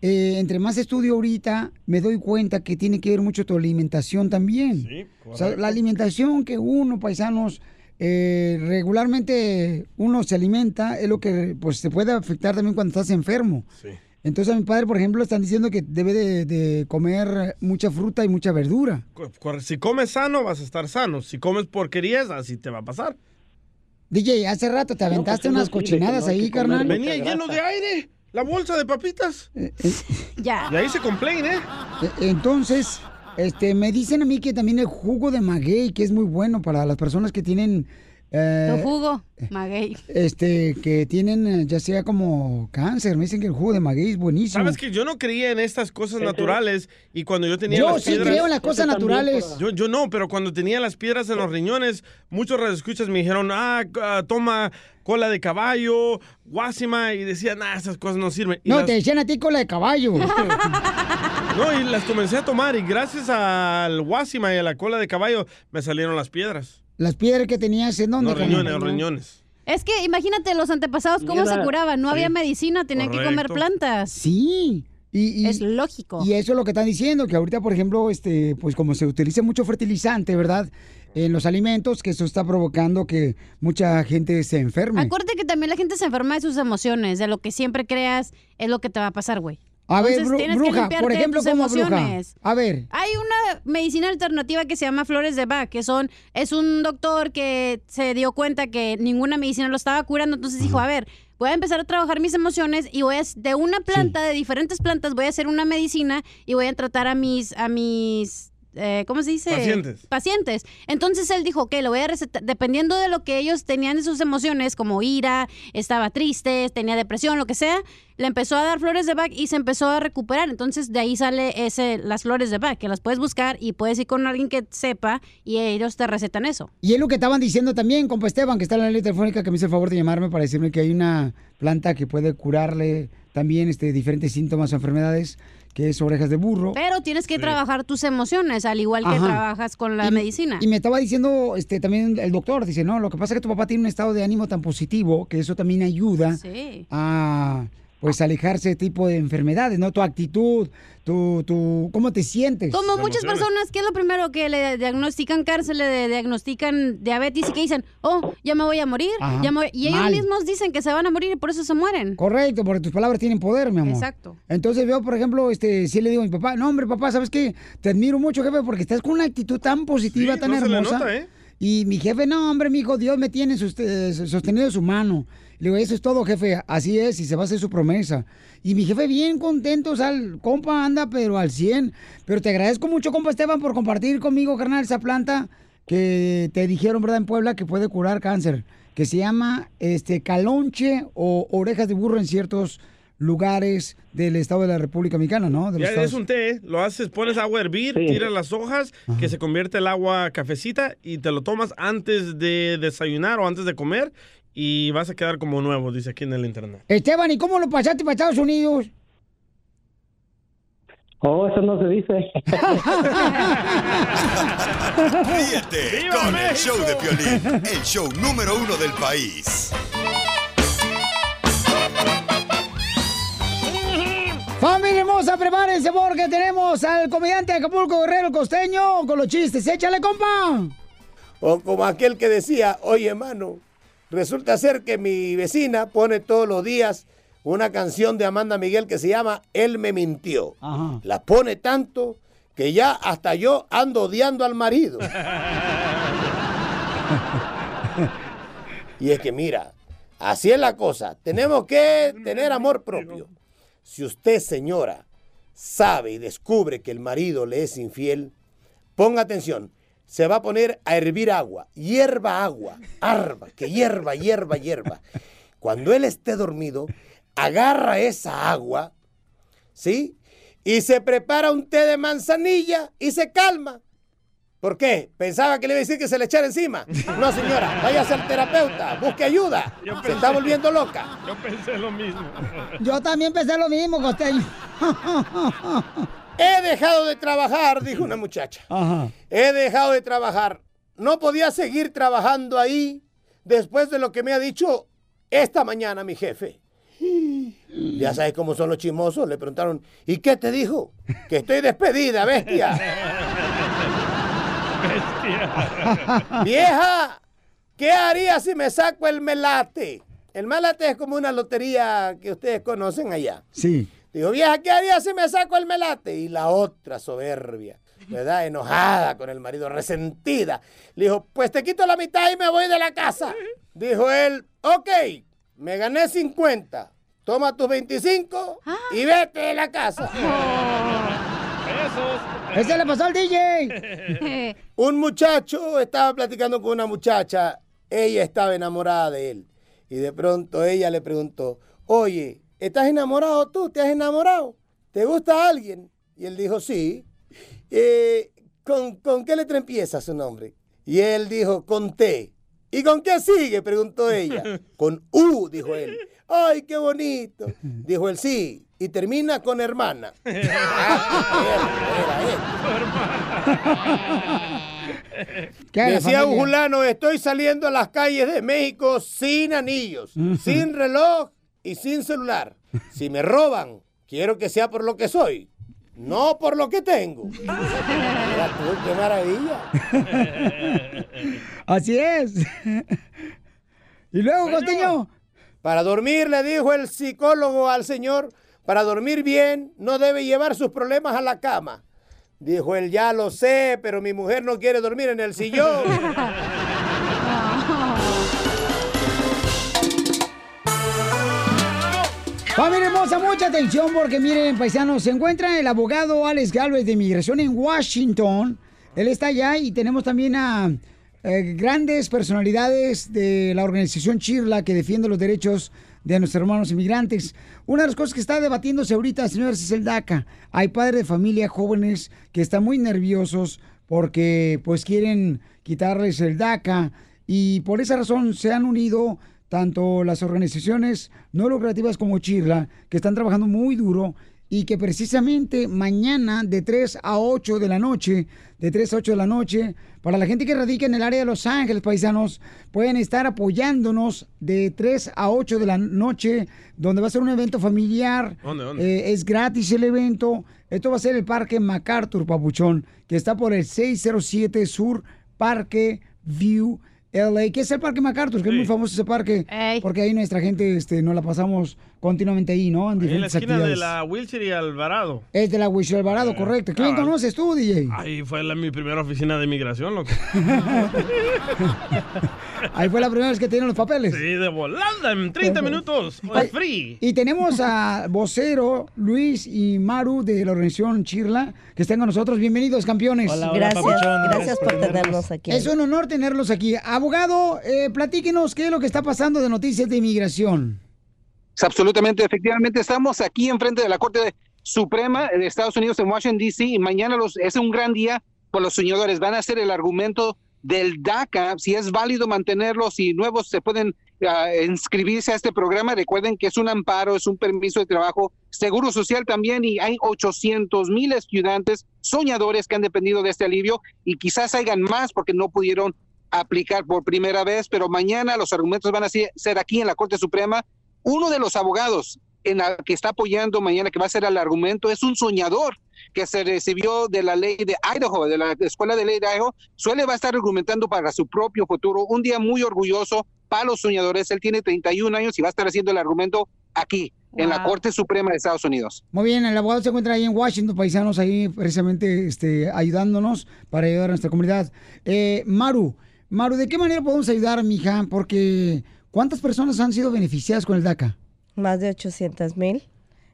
Speaker 2: eh, entre más estudio ahorita, me doy cuenta que tiene que ver mucho tu alimentación también. O sea, la alimentación que uno, paisanos, eh, regularmente uno se alimenta, es lo que pues te puede afectar también cuando estás enfermo.
Speaker 3: Sí.
Speaker 2: Entonces a mi padre, por ejemplo, están diciendo que debe de, de comer mucha fruta y mucha verdura.
Speaker 3: Cu- cu- Si comes sano, vas a estar sano. Si comes porquerías, así te va a pasar.
Speaker 2: DJ, hace rato te
Speaker 8: pues
Speaker 2: aventaste unas cochinadas ahí, carnal.
Speaker 3: Venía lleno de aire. La bolsa de papitas.
Speaker 8: Ya.
Speaker 3: Y ahí se complain, ¿eh?
Speaker 2: E- Entonces, este, me dicen a mí que también el jugo de maguey, que es muy bueno para las personas que tienen... eh,
Speaker 8: Lo jugo, maguey.
Speaker 2: Este, que tienen eh, ya sea como cáncer, me dicen que el jugo de maguey es buenísimo.
Speaker 3: Sabes que yo no creía en estas cosas naturales y cuando yo tenía
Speaker 2: Yo
Speaker 3: las
Speaker 2: sí
Speaker 3: piedras-
Speaker 2: creo en las cosas Eso también naturales. para-
Speaker 3: Yo, yo no, pero cuando tenía las piedras en los riñones, muchos radioescuchas me dijeron, ah, c- ah, toma cola de caballo, guásima, y decían, ah, esas cosas no sirven. Y
Speaker 2: No,
Speaker 3: las-
Speaker 2: te decían a ti cola de caballo.
Speaker 3: No, y las comencé a tomar y gracias al guásima y a la cola de caballo me salieron las piedras.
Speaker 2: Las piedras que tenías en dónde.
Speaker 3: Los riñones,
Speaker 2: carnal?
Speaker 3: los riñones.
Speaker 8: Es que imagínate los antepasados cómo
Speaker 2: Mira.
Speaker 8: se curaban. No había
Speaker 2: Sí.
Speaker 8: medicina, tenían que comer
Speaker 2: Correcto.
Speaker 8: plantas.
Speaker 2: Sí. Y,
Speaker 8: Es lógico.
Speaker 2: Y eso es lo que están diciendo, que ahorita, por ejemplo, este, pues como se utiliza mucho fertilizante, ¿verdad? En los alimentos, que eso está provocando que mucha gente se enferme.
Speaker 8: Acuérdate que también la gente se enferma de sus emociones, de lo que siempre creas es lo que te va a pasar, güey.
Speaker 2: A ver,
Speaker 8: Entonces,
Speaker 2: bru-
Speaker 8: tienes que
Speaker 2: bruja,
Speaker 8: limpiarte
Speaker 2: por
Speaker 8: de
Speaker 2: ejemplo,
Speaker 8: tus
Speaker 2: como bruja.
Speaker 8: emociones.
Speaker 2: A ver,
Speaker 8: Hay una medicina alternativa que se llama flores de Bach, que son es un doctor que se dio cuenta que ninguna medicina lo estaba curando, entonces dijo, a ver, voy a empezar a trabajar mis emociones y voy a de una planta de diferentes plantas voy a hacer una medicina y voy a tratar a mis a mis eh, ¿Cómo se dice?
Speaker 9: Pacientes.
Speaker 8: pacientes. Entonces él dijo, ok, lo voy a recetar, dependiendo de lo que ellos tenían en sus emociones, como ira, estaba triste, tenía depresión, lo que sea, le empezó a dar flores de Bach y se empezó a recuperar. Entonces de ahí sale ese, las flores de Bach, que las puedes buscar y puedes ir con alguien que sepa y ellos te recetan eso.
Speaker 2: y es lo que estaban diciendo también, compa Esteban, que está en la línea telefónica, que me hizo el favor de llamarme para decirme que hay una planta que puede curarle también este, diferentes síntomas o enfermedades, que es orejas de burro.
Speaker 8: Pero tienes que
Speaker 2: Sí.
Speaker 8: trabajar tus emociones, al igual que
Speaker 2: Ajá.
Speaker 8: trabajas con la
Speaker 2: Y-
Speaker 8: medicina.
Speaker 2: Y me estaba diciendo este, también el doctor, dice, no, lo que pasa es que tu papá tiene un estado de ánimo tan positivo que eso también ayuda
Speaker 8: Sí.
Speaker 2: a pues alejarse de tipo de enfermedades, ¿no? Tu actitud, tu, tu, cómo te sientes.
Speaker 8: Como muchas personas, que es lo primero que le diagnostican cárcel, le diagnostican diabetes y que dicen, oh, ya me voy a morir?
Speaker 2: Ajá,
Speaker 8: ya me voy-". Y ellos
Speaker 2: mal.
Speaker 8: mismos dicen que se van a morir y por eso se mueren.
Speaker 2: Correcto, porque tus palabras tienen poder, mi amor.
Speaker 8: Exacto.
Speaker 2: Entonces veo, por ejemplo, este, si le digo a mi papá, no, hombre, papá, ¿sabes qué? Te admiro mucho, jefe, porque estás con una actitud tan positiva,
Speaker 3: Sí,
Speaker 2: tan
Speaker 3: no se le
Speaker 2: hermosa.
Speaker 3: nota, ¿eh?
Speaker 2: Y mi jefe, no, hombre, mi hijo, Dios me tiene sus- eh, sostenido en su mano. Le digo, eso es todo, jefe, así es, y se va a hacer su promesa. Y mi jefe, bien contento, o sea, el compa anda, pero al 100. Pero te agradezco mucho, compa Esteban, por compartir conmigo, carnal, esa planta que te dijeron, ¿verdad?, en Puebla, que puede curar cáncer, que se llama este calonche o orejas de burro en ciertos lugares del estado de la República Mexicana, ¿no? De los
Speaker 3: Ya
Speaker 2: estados-
Speaker 3: es un té, ¿eh? lo haces, pones agua a hervir, tiras las hojas, que se convierte el agua a cafecita y te lo tomas antes de desayunar o antes de comer y vas a quedar como nuevo, dice aquí en el internet.
Speaker 2: Esteban, ¿y cómo lo pasaste para Estados Unidos?
Speaker 5: Oh, eso no se dice.
Speaker 7: Ríete con el show de Piolín, el show número uno del país.
Speaker 2: Familia hermosa, prepárense porque tenemos al comediante de Acapulco Guerrero el Costeño con los chistes. ¡Échale, compa!
Speaker 15: O como aquel que decía, oye, hermano, resulta ser que mi vecina pone todos los días una canción de Amanda Miguel que se llama Él me mintió. La pone tanto que ya hasta yo ando odiando al marido. Y es que mira, así es la cosa. Tenemos que tener amor propio. Si usted, señora, sabe y descubre que el marido le es infiel, ponga atención. Se va a poner a hervir agua, hierba agua, arba, que hierba, hierba, hierba. Cuando él esté dormido, agarra esa agua, ¿sí? Y se prepara un té de manzanilla y se calma. ¿Por qué? Pensaba que le iba a decir que se le echara encima. No, señora, váyase al terapeuta, busque ayuda. Se está volviendo loca.
Speaker 3: Yo pensé lo mismo.
Speaker 2: Yo también pensé lo mismo, costeño.
Speaker 15: He dejado de trabajar, dijo una muchacha. He dejado de trabajar. No podía seguir trabajando ahí después de lo que me ha dicho esta mañana mi jefe. Ya sabes cómo son los chismosos. Le preguntaron, ¿y qué te dijo? Que estoy despedida, bestia. Vieja, ¿qué haría si me saco el melate? El melate es como una lotería que ustedes conocen allá.
Speaker 2: Sí.
Speaker 15: Digo, vieja, ¿qué haría si me saco el melate? Y la otra soberbia, ¿verdad? Enojada con el marido, resentida. Le dijo, pues te quito la mitad y me voy de la casa. Dijo él, ok, me gané 50. Toma tus 25 y vete de la casa.
Speaker 2: Ese le pasó al DJ.
Speaker 15: Un muchacho estaba platicando con una muchacha. Ella estaba enamorada de él. Y de pronto ella le preguntó, oye, ¿estás enamorado tú? ¿Te has enamorado? ¿Te gusta alguien? Y él dijo, sí. "Eh, ¿con, con qué letra empieza su nombre? Y él dijo, con T. ¿Y con qué sigue? Preguntó ella. Con U, Uh, dijo él. ¡Ay, qué bonito! Dijo él, sí. Y termina con hermana. Decía un fulano, estoy saliendo a las calles de México sin anillos, sin reloj y sin celular. Si me roban, quiero que sea por lo que soy, no por lo que tengo. Mira tú, qué maravilla.
Speaker 2: Así es. Y luego,
Speaker 15: Costeño. Para dormir, le dijo el psicólogo al señor, para dormir bien, no debe llevar sus problemas a la cama. Dijo él, ya lo sé, pero mi mujer no quiere dormir en el sillón.
Speaker 2: Familia hermosa, mucha atención porque miren, paisanos, se encuentra el abogado Alex Galvez de Inmigración en Washington. Él está allá y tenemos también a eh, grandes personalidades de la organización Chirla que defiende los derechos de nuestros hermanos inmigrantes. Una de las cosas que está debatiéndose ahorita, señores, es el DACA. Hay padres de familia jóvenes que están muy nerviosos porque pues quieren quitarles el DACA y por esa razón se han unido tanto las organizaciones no lucrativas como Chirla, que están trabajando muy duro y que precisamente mañana de 3 a 8 de la noche, de 3 a 8 de la noche, para la gente que radica en el área de Los Ángeles, paisanos, pueden estar apoyándonos de 3 a 8 de la noche, donde va a ser un evento familiar.
Speaker 3: ¿Dónde, dónde?
Speaker 2: Eh, es gratis el evento. Esto va a ser el Parque MacArthur, Papuchón, que está por el 607 Sur Parque View. LA, que es el Parque MacArthur, que es muy famoso ese parque, porque ahí nuestra gente este, nos la pasamos continuamente ahí, ¿no? En
Speaker 3: En la
Speaker 2: diferentes
Speaker 3: esquina de
Speaker 2: actividades.
Speaker 3: la Wilshire y Alvarado.
Speaker 2: Es de la Huicho Alvarado, correcto. ¿Quién
Speaker 3: cabal.
Speaker 2: conoces tú, DJ?
Speaker 3: Ahí fue la, mi primera oficina de inmigración, loco.
Speaker 2: Ahí fue la primera vez que tienen los papeles.
Speaker 3: Sí, de volada, en 30 minutos.
Speaker 2: Ay,
Speaker 3: Es free.
Speaker 2: Y tenemos a vocero Luis y Maru de la organización Chirla, que están con nosotros. Bienvenidos, campeones.
Speaker 6: Hola, hola, Gracias, papuchón. gracias por Gracias por tenernos aquí.
Speaker 2: Es un honor tenerlos aquí. Abogado, eh, platíquenos qué es lo que está pasando de noticias de inmigración.
Speaker 9: Es Absolutamente, efectivamente, estamos aquí enfrente de la Corte de- Suprema de Estados Unidos en Washington, D.C. y mañana los, es un gran día por los señores. Van a hacer el argumento del DACA, si es válido mantenerlo, si nuevos se pueden ah, inscribirse a este programa. Recuerden que es un amparo, es un permiso de trabajo, seguro social también y hay 800 mil estudiantes soñadores que han dependido de este alivio y quizás hayan más porque no pudieron aplicar por primera vez, pero mañana los argumentos van a ser ser aquí en la Corte Suprema uno de los abogados en la que está apoyando mañana, que va a ser el argumento, es un soñador que se recibió de la ley de Idaho, de la Escuela de Ley de Idaho, suele va a estar argumentando para su propio futuro, un día muy orgulloso para los soñadores, él tiene 31 años y va a estar haciendo el argumento aquí. en la Corte Suprema de Estados Unidos.
Speaker 2: Muy bien, el abogado se encuentra ahí en Washington, paisanos, ahí precisamente este, ayudándonos para ayudar a nuestra comunidad. Eh, Maru, Maru, ¿de qué manera podemos ayudar, mija? Porque ¿cuántas personas han sido beneficiadas con el DACA?
Speaker 6: Más de 800 mil.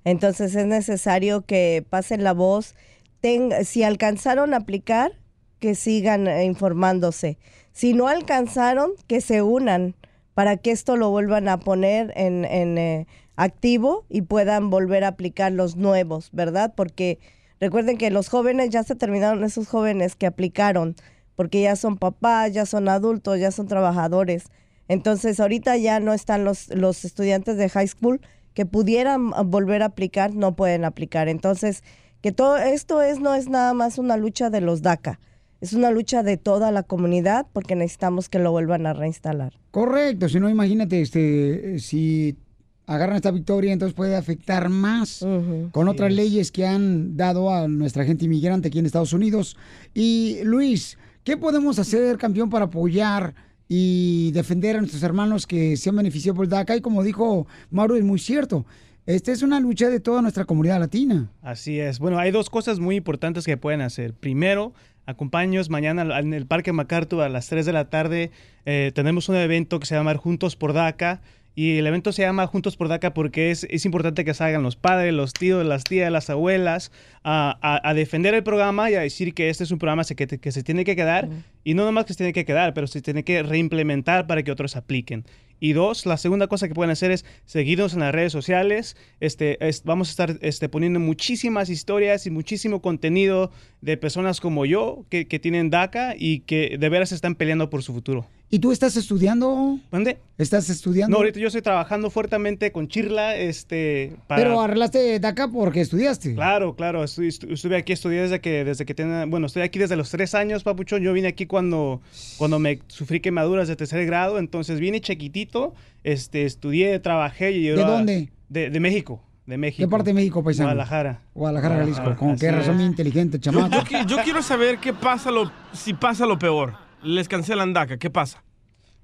Speaker 6: Entonces es necesario que pasen la voz. Ten- si alcanzaron a aplicar, que sigan eh, informándose. Si no alcanzaron, que se unan para que esto lo vuelvan a poner en, en, eh, activo y puedan volver a aplicar los nuevos, ¿verdad? Porque recuerden que los jóvenes ya se terminaron esos jóvenes que aplicaron, porque ya son papás, ya son adultos, ya son trabajadores. Entonces ahorita ya no están los, los estudiantes de high school que pudieran ah, volver a aplicar, no pueden aplicar. Entonces, que todo esto es no es nada más una lucha de los DACA, es una lucha de toda la comunidad porque necesitamos que lo vuelvan a reinstalar.
Speaker 2: Correcto, si no, imagínate, este, eh, si agarran esta victoria, entonces puede afectar más con otras leyes que han dado a nuestra gente inmigrante aquí en Estados Unidos. Y Luis, ¿qué podemos hacer, campeón, para apoyar y defender a nuestros hermanos que se han beneficiado por el DACA? Y como dijo Mauro, es muy cierto, esta es una lucha de toda nuestra comunidad latina.
Speaker 24: Así es. Bueno, hay dos cosas muy importantes que pueden hacer. Primero, acompaños mañana al- en el Parque MacArthur a las 3 de la tarde. eh, tenemos un evento que se llama Juntos por DACA. Y el evento se llama Juntos por DACA porque es, es importante que salgan los padres, los tíos, las tías, las abuelas a, a- a defender el programa y a decir que este es un programa se- que, te- que se tiene que quedar. Y no nomás que se tiene que quedar, pero se tiene que reimplementar para que otros apliquen. Y dos, la segunda cosa que pueden hacer es seguirnos en las redes sociales. Este, es- vamos a estar este, poniendo muchísimas historias y muchísimo contenido de personas como yo que, que tienen DACA y que de veras están peleando por su futuro.
Speaker 2: ¿Y tú estás estudiando?
Speaker 24: ¿Dónde?
Speaker 2: ¿Estás estudiando?
Speaker 24: No, ahorita yo estoy trabajando fuertemente con Chirla este, para...
Speaker 2: Pero arreglaste DACA porque estudiaste.
Speaker 24: Claro, claro. Estuve, estuve aquí, estudié desde que, desde que tenía, bueno, estoy aquí desde los tres años, papuchón. Yo vine aquí cuando, cuando me sufrí quemaduras de tercer grado, entonces vine chiquitito, este, estudié, trabajé y
Speaker 2: ¿De
Speaker 24: ahora-
Speaker 2: dónde?
Speaker 24: De, de México, de México.
Speaker 2: ¿Qué parte de México, paisano?
Speaker 24: Guadalajara.
Speaker 2: Guadalajara, Jalisco. Con
Speaker 24: así
Speaker 2: qué
Speaker 24: es.
Speaker 2: razón bien inteligente,
Speaker 3: Yo,
Speaker 2: chamaco.
Speaker 3: yo qui- yo quiero saber qué pasa lo, si pasa lo peor. Les cancelan DACA, ¿qué pasa?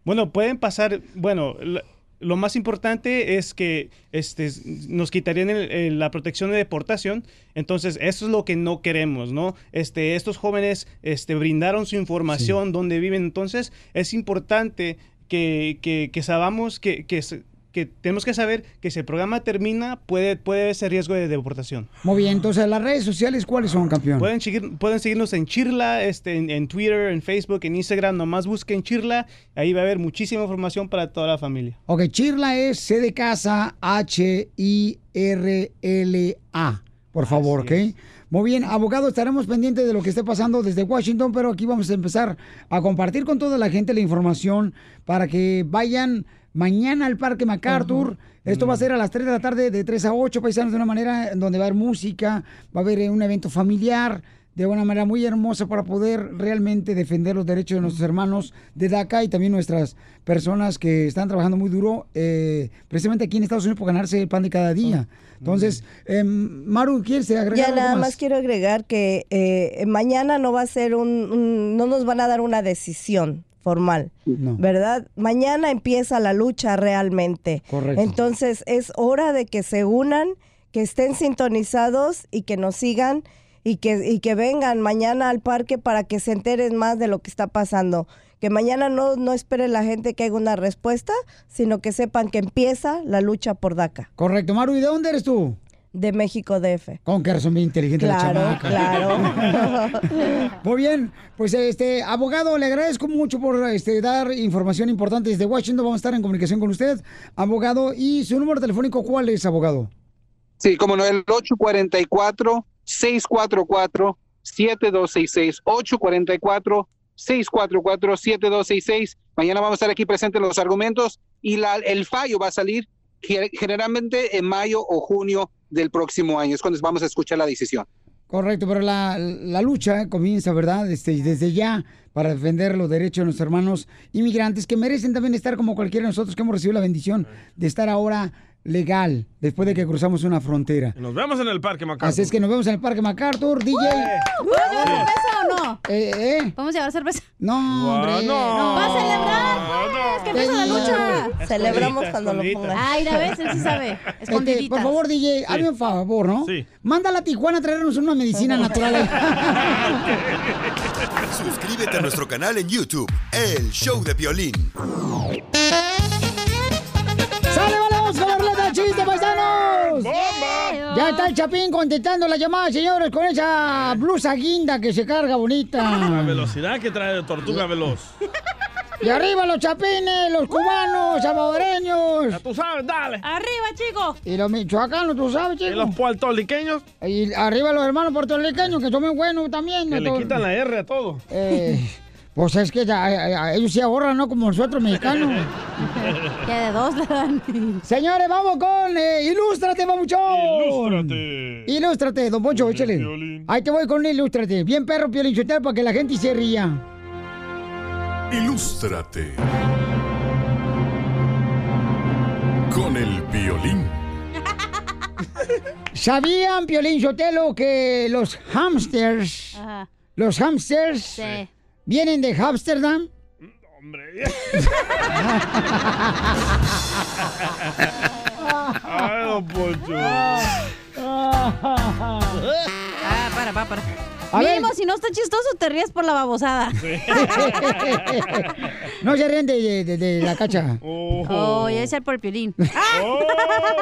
Speaker 24: Bueno, pueden pasar, bueno, la- lo más importante es que este, s- nos quitarían el- el- la protección de deportación, entonces eso es lo que no queremos, ¿no? Este, estos jóvenes este, brindaron su información, dónde viven, entonces es importante que, que, que sabamos que, que, se- que tenemos que saber que si el programa termina puede, puede ser riesgo de deportación.
Speaker 2: Muy bien, entonces, ¿las redes sociales cuáles son, campeón?
Speaker 24: Pueden, seguir- pueden seguirnos en Chirla, este, en, en Twitter, en Facebook, en Instagram. Nomás busquen Chirla. Ahí va a haber muchísima información para toda la familia.
Speaker 2: Ok, Chirla es C de casa, H-I-R-L-A. Por favor, ¿ok? Muy bien, abogado, estaremos pendientes de lo que esté pasando desde Washington, pero aquí vamos a empezar a compartir con toda la gente la información para que vayan mañana al Parque MacArthur. Esto
Speaker 24: Mm.
Speaker 2: va a ser a las 3 de la tarde, de 3 a 8, paisanos, de una manera en donde va a haber música, va a haber eh, un evento familiar, de una manera muy hermosa para poder realmente defender los derechos de nuestros hermanos de DACA y también nuestras personas que están trabajando muy duro, eh, precisamente aquí en Estados Unidos, por ganarse el pan de cada día. Entonces, em, Maru, ¿quieres agregar
Speaker 6: Ya
Speaker 2: algo
Speaker 6: nada
Speaker 2: más?
Speaker 6: más quiero agregar que eh, mañana no va a ser un, un- no nos van a dar una decisión formal,
Speaker 2: No.
Speaker 6: ¿verdad? Mañana empieza la lucha realmente.
Speaker 2: Correcto.
Speaker 6: Entonces es hora de que se unan, que estén sintonizados y que nos sigan y que, y que vengan mañana al parque para que se enteren más de lo que está pasando. Que mañana no, no espere la gente que haga una respuesta, sino que sepan que empieza la lucha por DACA.
Speaker 2: Correcto, Maru, ¿y de dónde eres tú?
Speaker 6: De México DF.
Speaker 2: Con que son bien inteligente
Speaker 6: Claro,
Speaker 2: la chamaca.
Speaker 6: claro.
Speaker 2: Muy bien, pues este abogado, le agradezco mucho por este dar información importante desde Washington. Vamos a estar en comunicación con usted, abogado. ¿Y su número telefónico cuál es, abogado?
Speaker 9: Sí, como no, el 844-644-7266. 844-644-7266. Mañana vamos a estar aquí presentes los argumentos y la- el fallo va a salir ge- generalmente en mayo o junio del próximo año. Es cuando vamos a escuchar la decisión.
Speaker 2: Correcto, pero la, la lucha comienza, ¿verdad? Este, desde ya para defender los derechos de nuestros hermanos inmigrantes que merecen también estar como cualquiera de nosotros que hemos recibido la bendición de estar ahora legal después de que cruzamos una frontera.
Speaker 3: Nos vemos en el parque, Macaco.
Speaker 2: Así es que nos vemos en el Parque MacArthur, DJ.
Speaker 8: ¿Podemos llevar cerveza o no?
Speaker 2: Eh, eh.
Speaker 8: ¿Podemos llevar cerveza?
Speaker 2: No, hombre.
Speaker 8: ¡Va a celebrar!
Speaker 10: no.
Speaker 8: ¿Qué pasa la lucha?
Speaker 25: Escondiditas, Celebramos
Speaker 2: cuando lo escondiditas. pongas.
Speaker 8: Ay, la ves, él sí sabe.
Speaker 2: Este,
Speaker 8: Escondiditas.
Speaker 2: por favor, DJ, hazme un favor, ¿no? Sí. Mándala a Tijuana a traernos una medicina natural.
Speaker 7: Suscríbete a nuestro canal en YouTube, El Show de Violín.
Speaker 2: ¡Sale, vale! ¡Vamos con la ruleta de chiste, paisanos! Ya está el Chapín contestando la llamada, señores, con esa blusa guinda que se carga
Speaker 10: La
Speaker 2: bonita.
Speaker 10: velocidad que trae de tortuga veloz.
Speaker 2: Y arriba los chapines, los cubanos, salvadoreños.
Speaker 10: tú sabes, dale.
Speaker 8: Arriba, chicos.
Speaker 2: Y los michoacanos, tú sabes, chicos.
Speaker 10: Y los puertorriqueños.
Speaker 2: Y arriba los hermanos puertorriqueños, que son muy buenos también.
Speaker 10: Que le
Speaker 2: Entonces,
Speaker 10: quitan la R a todo.
Speaker 2: eh, pues es que ya, a- a- ellos se ahorran, ¿no? Como nosotros mexicanos.
Speaker 8: Que de dos le dan.
Speaker 2: Señores, vamos con eh, Ilústrate, Papuchón.
Speaker 16: Ilústrate.
Speaker 2: Ilústrate, don Poncho, échale. Ahí te voy con un Ilústrate. Bien perro, Piolín Sotelo, para que la gente se ría.
Speaker 16: Ilústrate. Con el violín.
Speaker 2: ¿Sabían, Piolín Sotelo, que los hamsters,
Speaker 8: Ajá.
Speaker 2: los hamsters,
Speaker 8: Sí.
Speaker 2: vienen de Amsterdam?
Speaker 10: Ay, don Poncho.
Speaker 8: Ah, para, para, para.
Speaker 2: A ver.
Speaker 8: Mínimo, si no está chistoso, te ríes por la babosada.
Speaker 2: no se ríen de, de- de- de la cacha.
Speaker 8: Oh, ya es el por el piolín.
Speaker 10: ¡Oh,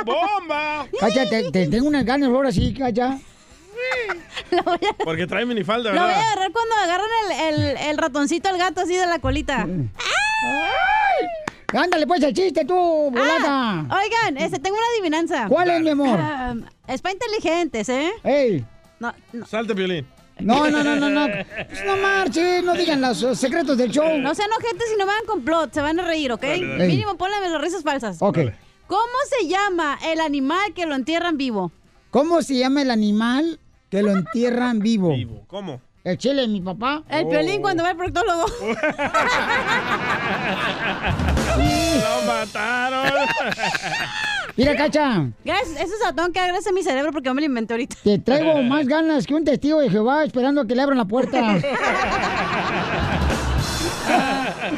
Speaker 10: bomba!
Speaker 2: Cacha, te, te tengo unas ganas ahora sí, Cacha.
Speaker 10: Porque trae minifalda,
Speaker 8: Lo voy a
Speaker 10: ¿verdad?
Speaker 8: agarrar cuando agarran el, el- el ratoncito al gato así de la colita.
Speaker 2: Ándale, pues, el chiste tú,
Speaker 8: volada. Ah, oigan, este, tengo una adivinanza.
Speaker 2: ¿Cuál es, mi amor?
Speaker 8: Ah, es para inteligentes, ¿eh?
Speaker 2: ¡Ey!
Speaker 8: No,
Speaker 10: Salte, violín.
Speaker 2: No, no, no, no, no. Pues no marches, no digan los eh, secretos del show.
Speaker 8: No sean ojetes si no van con plot, se van a reír, ¿ok?
Speaker 2: Dale, dale.
Speaker 8: Mínimo, ponle las risas falsas.
Speaker 2: Ok. Dale.
Speaker 8: ¿Cómo se llama el animal que lo entierran vivo?
Speaker 2: ¿Cómo se llama el animal que lo entierran vivo?
Speaker 10: ¿Cómo?
Speaker 2: El chile de mi papá.
Speaker 8: El
Speaker 2: Oh.
Speaker 8: piolín cuando va al proctólogo.
Speaker 10: ¡Lo mataron!
Speaker 2: Mira, Cacha,
Speaker 8: Gracias, eso es atón que agradece mi cerebro porque yo me lo inventé ahorita.
Speaker 2: te traigo más ganas que un testigo de Jehová esperando a que le abran la puerta.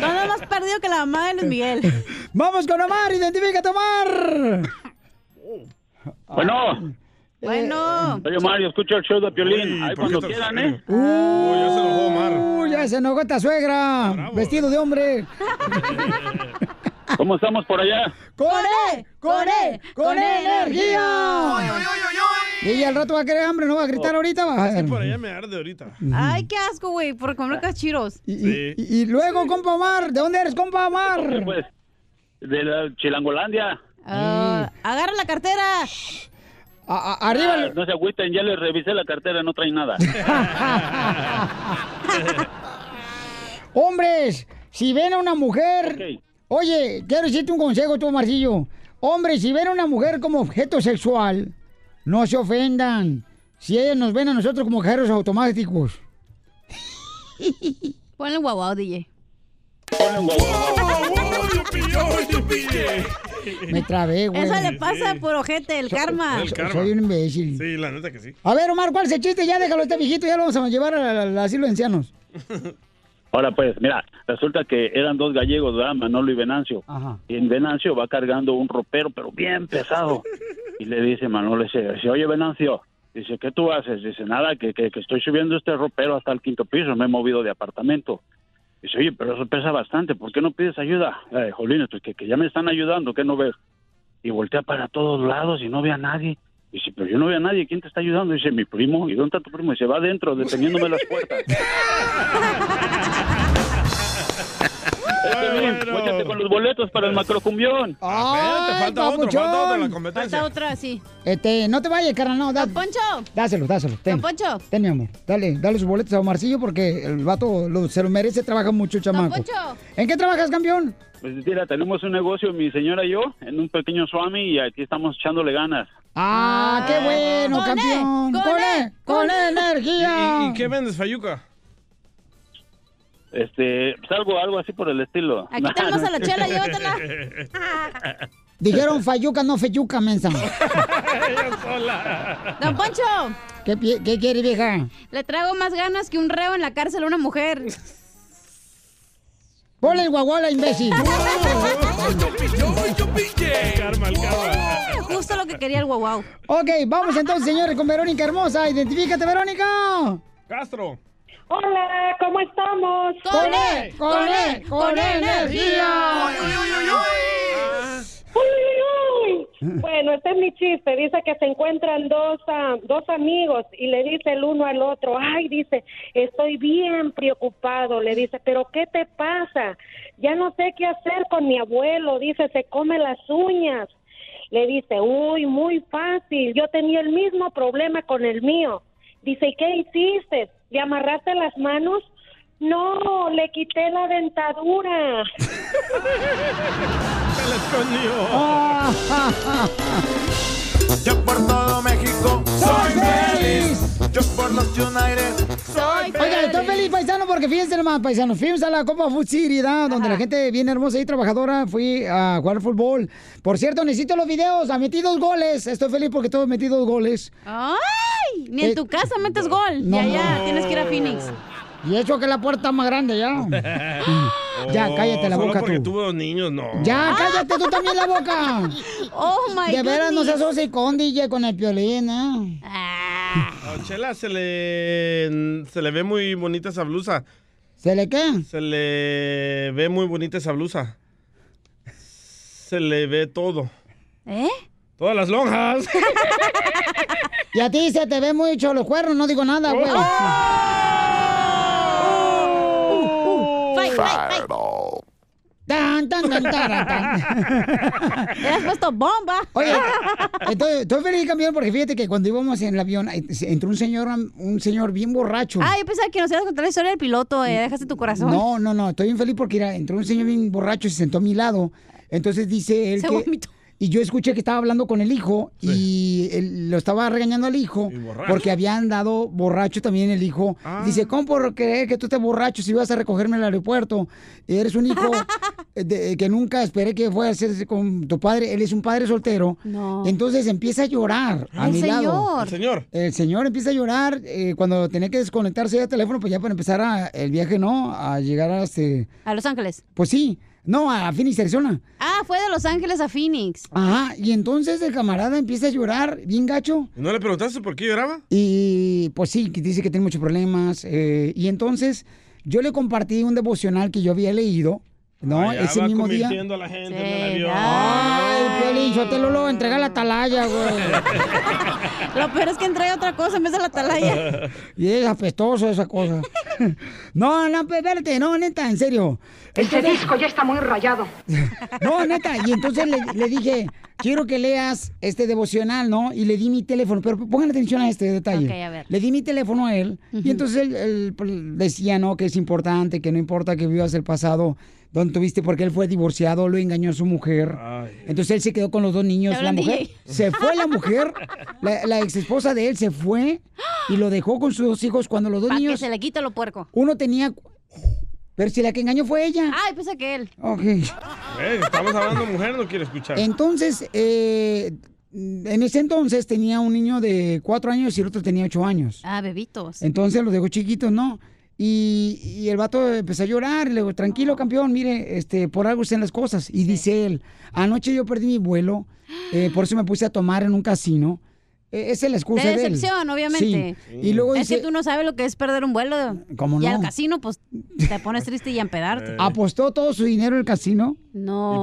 Speaker 8: Nada más perdido que la mamá de Luis Miguel.
Speaker 2: ¡Vamos con Omar! ¡Identifícate, Omar!
Speaker 26: Ah. Bueno.
Speaker 8: Bueno.
Speaker 26: Soy Mario, escucho el show de Piolín. Ahí cuando quieran, ¿eh?
Speaker 2: ¡Uy, ya se enojó esta suegra! Vestido de hombre.
Speaker 26: ¿Cómo estamos por allá?
Speaker 2: ¡Con él! ¡Con él! ¡Con energía! Y al rato va a querer hambre, no va a gritar ahorita. Va a...
Speaker 10: Oh. Por allá me arde ahorita.
Speaker 8: Ay, qué asco, güey, por comer cachiros.
Speaker 2: Y, y luego, compa Omar, ¿de dónde eres, compa
Speaker 26: Eh,
Speaker 2: Omar?
Speaker 26: Pues, de la Chilangolandia.
Speaker 8: Ah, agarra la cartera.
Speaker 2: arriba.
Speaker 26: Ah, no se agüiten, ya les revisé la cartera, no traen nada.
Speaker 2: Hombres, si ven a una mujer. Oye, quiero decirte un consejo, tú, Marcillo. Hombres, si ven a una mujer como objeto sexual, no se ofendan. Si ellas nos ven a nosotros como cajeros automáticos.
Speaker 8: Ponle guau guau, DJ.
Speaker 2: Me trabé, güey.
Speaker 8: Eso le pasa por ojete, el karma.
Speaker 10: El karma.
Speaker 2: Soy un imbécil.
Speaker 10: Sí, la neta que sí.
Speaker 2: A ver, Omar, ¿cuál es el chiste? Ya déjalo este viejito, ya lo vamos a llevar al, al asilo de ancianos.
Speaker 26: Ahora pues, mira, resulta que eran dos gallegos, ¿verdad? Manolo y Venancio. Y en Venancio va cargando un ropero, pero bien pesado. Y le dice Manolo, dice, dice, oye Venancio, dice, ¿qué tú haces? Dice, nada, que, que, que estoy subiendo este ropero hasta el quinto piso, me he movido de apartamento. Dice, oye, pero eso pesa bastante, ¿por qué no pides ayuda? Eh, Jolines, pues que, que ya me están ayudando, ¿qué no ves? Y voltea para todos lados y no ve a nadie. Dice, pero yo no veo a nadie, ¿quién te está ayudando? Dice, mi primo, ¿y dónde está tu primo? Dice, va adentro, deteniéndome las puertas. Está bien, guáchate con los boletos para el macrocumbión.
Speaker 2: Ah, Espérate, falta Ay, otro, papuchón. falta otro en la
Speaker 8: Falta otra, sí.
Speaker 2: Este, no te vayas, carnal, no. Da,
Speaker 8: Poncho.
Speaker 2: Dáselo, dáselo. Ten,
Speaker 8: Don Poncho.
Speaker 2: ten, mi amor. Dale, dale sus boletos a Omarcillo porque el vato lo- se lo merece, trabaja mucho, chamaco.
Speaker 26: Poncho.
Speaker 2: ¿En qué trabajas, campeón?
Speaker 26: Pues mira, tenemos un negocio, mi señora y yo, en un pequeño swami y aquí estamos echándole ganas.
Speaker 2: Ah, qué bueno,
Speaker 26: con
Speaker 2: campeón.
Speaker 26: E,
Speaker 2: Con, E, con E, energía.
Speaker 26: Y-
Speaker 10: ¿Y qué vendes, Fayuca?
Speaker 26: Este, pues algo, algo así por el estilo.
Speaker 8: Aquí tenemos a la chela, llévatela.
Speaker 2: Dijeron Fayuca, no Feyuca, mensa.
Speaker 8: Don Poncho,
Speaker 2: ¿Qué, pie- qué quiere, vieja?
Speaker 8: le traigo más ganas que un reo en la cárcel a una mujer.
Speaker 2: Ponle el guaguala, imbécil. Uh,
Speaker 8: Justo lo que quería el guau.
Speaker 2: ok, vamos entonces, señores, con Verónica Hermosa. Identifícate, Verónica.
Speaker 3: Castro.
Speaker 2: Hola, ¿cómo estamos?
Speaker 3: ¡Con E, con E,
Speaker 2: con E energía!
Speaker 21: Uy, uy, uy. Bueno, este es mi chiste. Dice que se encuentran dos, ah, dos amigos y le dice el uno al otro, ay, dice, estoy bien preocupado. Le dice, pero ¿qué te pasa? Ya no sé qué hacer con mi abuelo. Dice, se come las uñas. Le dice, uy, muy fácil. Yo tenía el mismo problema con el mío. Dice, ¿y qué hiciste? ¿Le amarraste las manos? No, le quité la dentadura.
Speaker 3: Se la
Speaker 22: Yo por todo México soy feliz. Yo por los United soy feliz.
Speaker 2: Oiga, estoy feliz, paisano, porque fíjense nomás, paisano. Fuimos a la Copa Food City, ¿verdad? Donde la gente bien hermosa y trabajadora fui a jugar fútbol. Por cierto, necesito los videos. Ha metido dos goles. Estoy feliz porque todos metí dos goles.
Speaker 8: ¡Ay! Ah, Ni en
Speaker 2: Eh,
Speaker 8: tu casa metes gol.
Speaker 2: no,
Speaker 8: ya, ya,
Speaker 2: no.
Speaker 8: tienes que ir a Phoenix.
Speaker 2: Y eso que la puerta es más grande ya. Ya, cállate la
Speaker 3: Oh, solo
Speaker 2: boca
Speaker 3: porque
Speaker 2: tú.
Speaker 3: tuvo dos niños, no.
Speaker 2: Ya, cállate tú también la boca.
Speaker 8: Ah. Oh my
Speaker 2: De veras no se
Speaker 8: goodness.
Speaker 2: asocie con DJ con el piolín, ¿eh?
Speaker 3: A Chela se le, se le ve muy bonita esa blusa.
Speaker 2: ¿Se le qué?
Speaker 3: Se le ve muy bonita esa blusa. Se le ve todo.
Speaker 8: ¿Eh?
Speaker 3: Todas las lonjas.
Speaker 2: Y a ti se te ve mucho los cuernos, no digo nada, güey.
Speaker 8: Oh.
Speaker 2: Uh, Tan, tan, tan, taran, tan.
Speaker 8: has puesto bomba.
Speaker 2: Oye, estoy, estoy feliz campeón porque fíjate que cuando íbamos en el avión eh, se- entró un señor, un señor bien borracho.
Speaker 8: Ah, yo pensaba que nos ibas a contar la historia del piloto, eh. Dejaste tu corazón.
Speaker 2: No, no, no, estoy bien feliz porque era- entró un señor bien borracho y se sentó a mi lado. Entonces dice él
Speaker 8: Se
Speaker 2: que-
Speaker 8: vomitó.
Speaker 2: Y yo escuché que estaba hablando con el hijo y él lo estaba regañando al hijo
Speaker 18: borracho?
Speaker 2: porque había andado borracho también el hijo. Dice, ¿cómo por creer que tú estés borracho si vas a recogerme al aeropuerto? Eres un hijo de- que nunca esperé que fuera a hacerse con tu padre. Él es un padre soltero.
Speaker 8: No.
Speaker 2: Entonces empieza a llorar a
Speaker 8: El
Speaker 2: mi lado.
Speaker 8: señor. El
Speaker 3: señor.
Speaker 2: El señor empieza a llorar eh, cuando tenía que desconectarse del teléfono, pues ya para empezar a- el viaje, ¿no? A llegar a este...
Speaker 8: A Los Ángeles.
Speaker 2: Pues sí, no, a Phoenix, Arizona.
Speaker 8: Ah, fue de Los Ángeles a Phoenix.
Speaker 2: Ajá, y entonces el camarada empieza a llorar, bien gacho.
Speaker 3: ¿No le preguntaste por qué lloraba?
Speaker 2: Y pues sí, que dice que tiene muchos problemas. eh, y entonces yo le compartí un devocional que yo había leído, ¿no?
Speaker 3: Ah, ya
Speaker 2: Ese
Speaker 3: va
Speaker 2: mismo día.
Speaker 3: convirtiendo a la gente en el avión.
Speaker 2: Ay, Piolín, yo te lo lo entrega la atalaya, güey.
Speaker 8: Lo peor es que entré otra cosa en vez de la atalaya.
Speaker 2: Y es apestoso esa cosa. No, no, pues, espérate, no, neta, en serio.
Speaker 19: Este
Speaker 2: Entonces-
Speaker 19: disco ya está muy rayado.
Speaker 2: No, neta. Y entonces le, le dije, quiero que leas este devocional, ¿no? Y le di mi teléfono. Pero pongan atención a este detalle.
Speaker 19: Ok, a ver.
Speaker 2: Le di mi teléfono a él. Y entonces él, él, pues, decía, ¿no? Que es importante, que no importa que vivas el pasado donde tuviste, porque él fue divorciado, lo engañó a su mujer. Entonces él se quedó con los dos niños.
Speaker 19: Te
Speaker 2: La
Speaker 19: hablan,
Speaker 2: mujer
Speaker 19: DJ.
Speaker 2: se fue, la mujer, la, ex esposa de él se fue y lo dejó con sus dos hijos cuando los dos
Speaker 8: Para que
Speaker 2: niños.
Speaker 8: se le quita lo puerco.
Speaker 2: Uno tenía. Pero si la que engañó fue ella.
Speaker 8: Ay, pues pensé que él.
Speaker 2: Ok.
Speaker 3: Eh, estamos hablando mujer, no quiere escuchar.
Speaker 2: Entonces, eh, en ese entonces tenía un niño de cuatro años y el otro tenía ocho años.
Speaker 8: Ah, bebitos.
Speaker 2: Entonces los dejó chiquitos, ¿no? Y, y el vato empezó a llorar, y le digo, tranquilo campeón, mire, este, por algo están las cosas. Y dice él, anoche yo perdí mi vuelo, eh, por eso me puse a tomar en un casino. Eh, esa es la excusa
Speaker 8: de
Speaker 2: de él.
Speaker 8: decepción, obviamente.
Speaker 2: Sí. Y luego
Speaker 8: es
Speaker 2: dice,
Speaker 8: que tú no sabes lo que es perder un vuelo.
Speaker 2: ¿Cómo
Speaker 8: Y al
Speaker 2: no?
Speaker 8: casino, pues, te pones triste y a
Speaker 3: Eh.
Speaker 8: empedarte.
Speaker 2: apostó todo su dinero en el casino.
Speaker 8: No.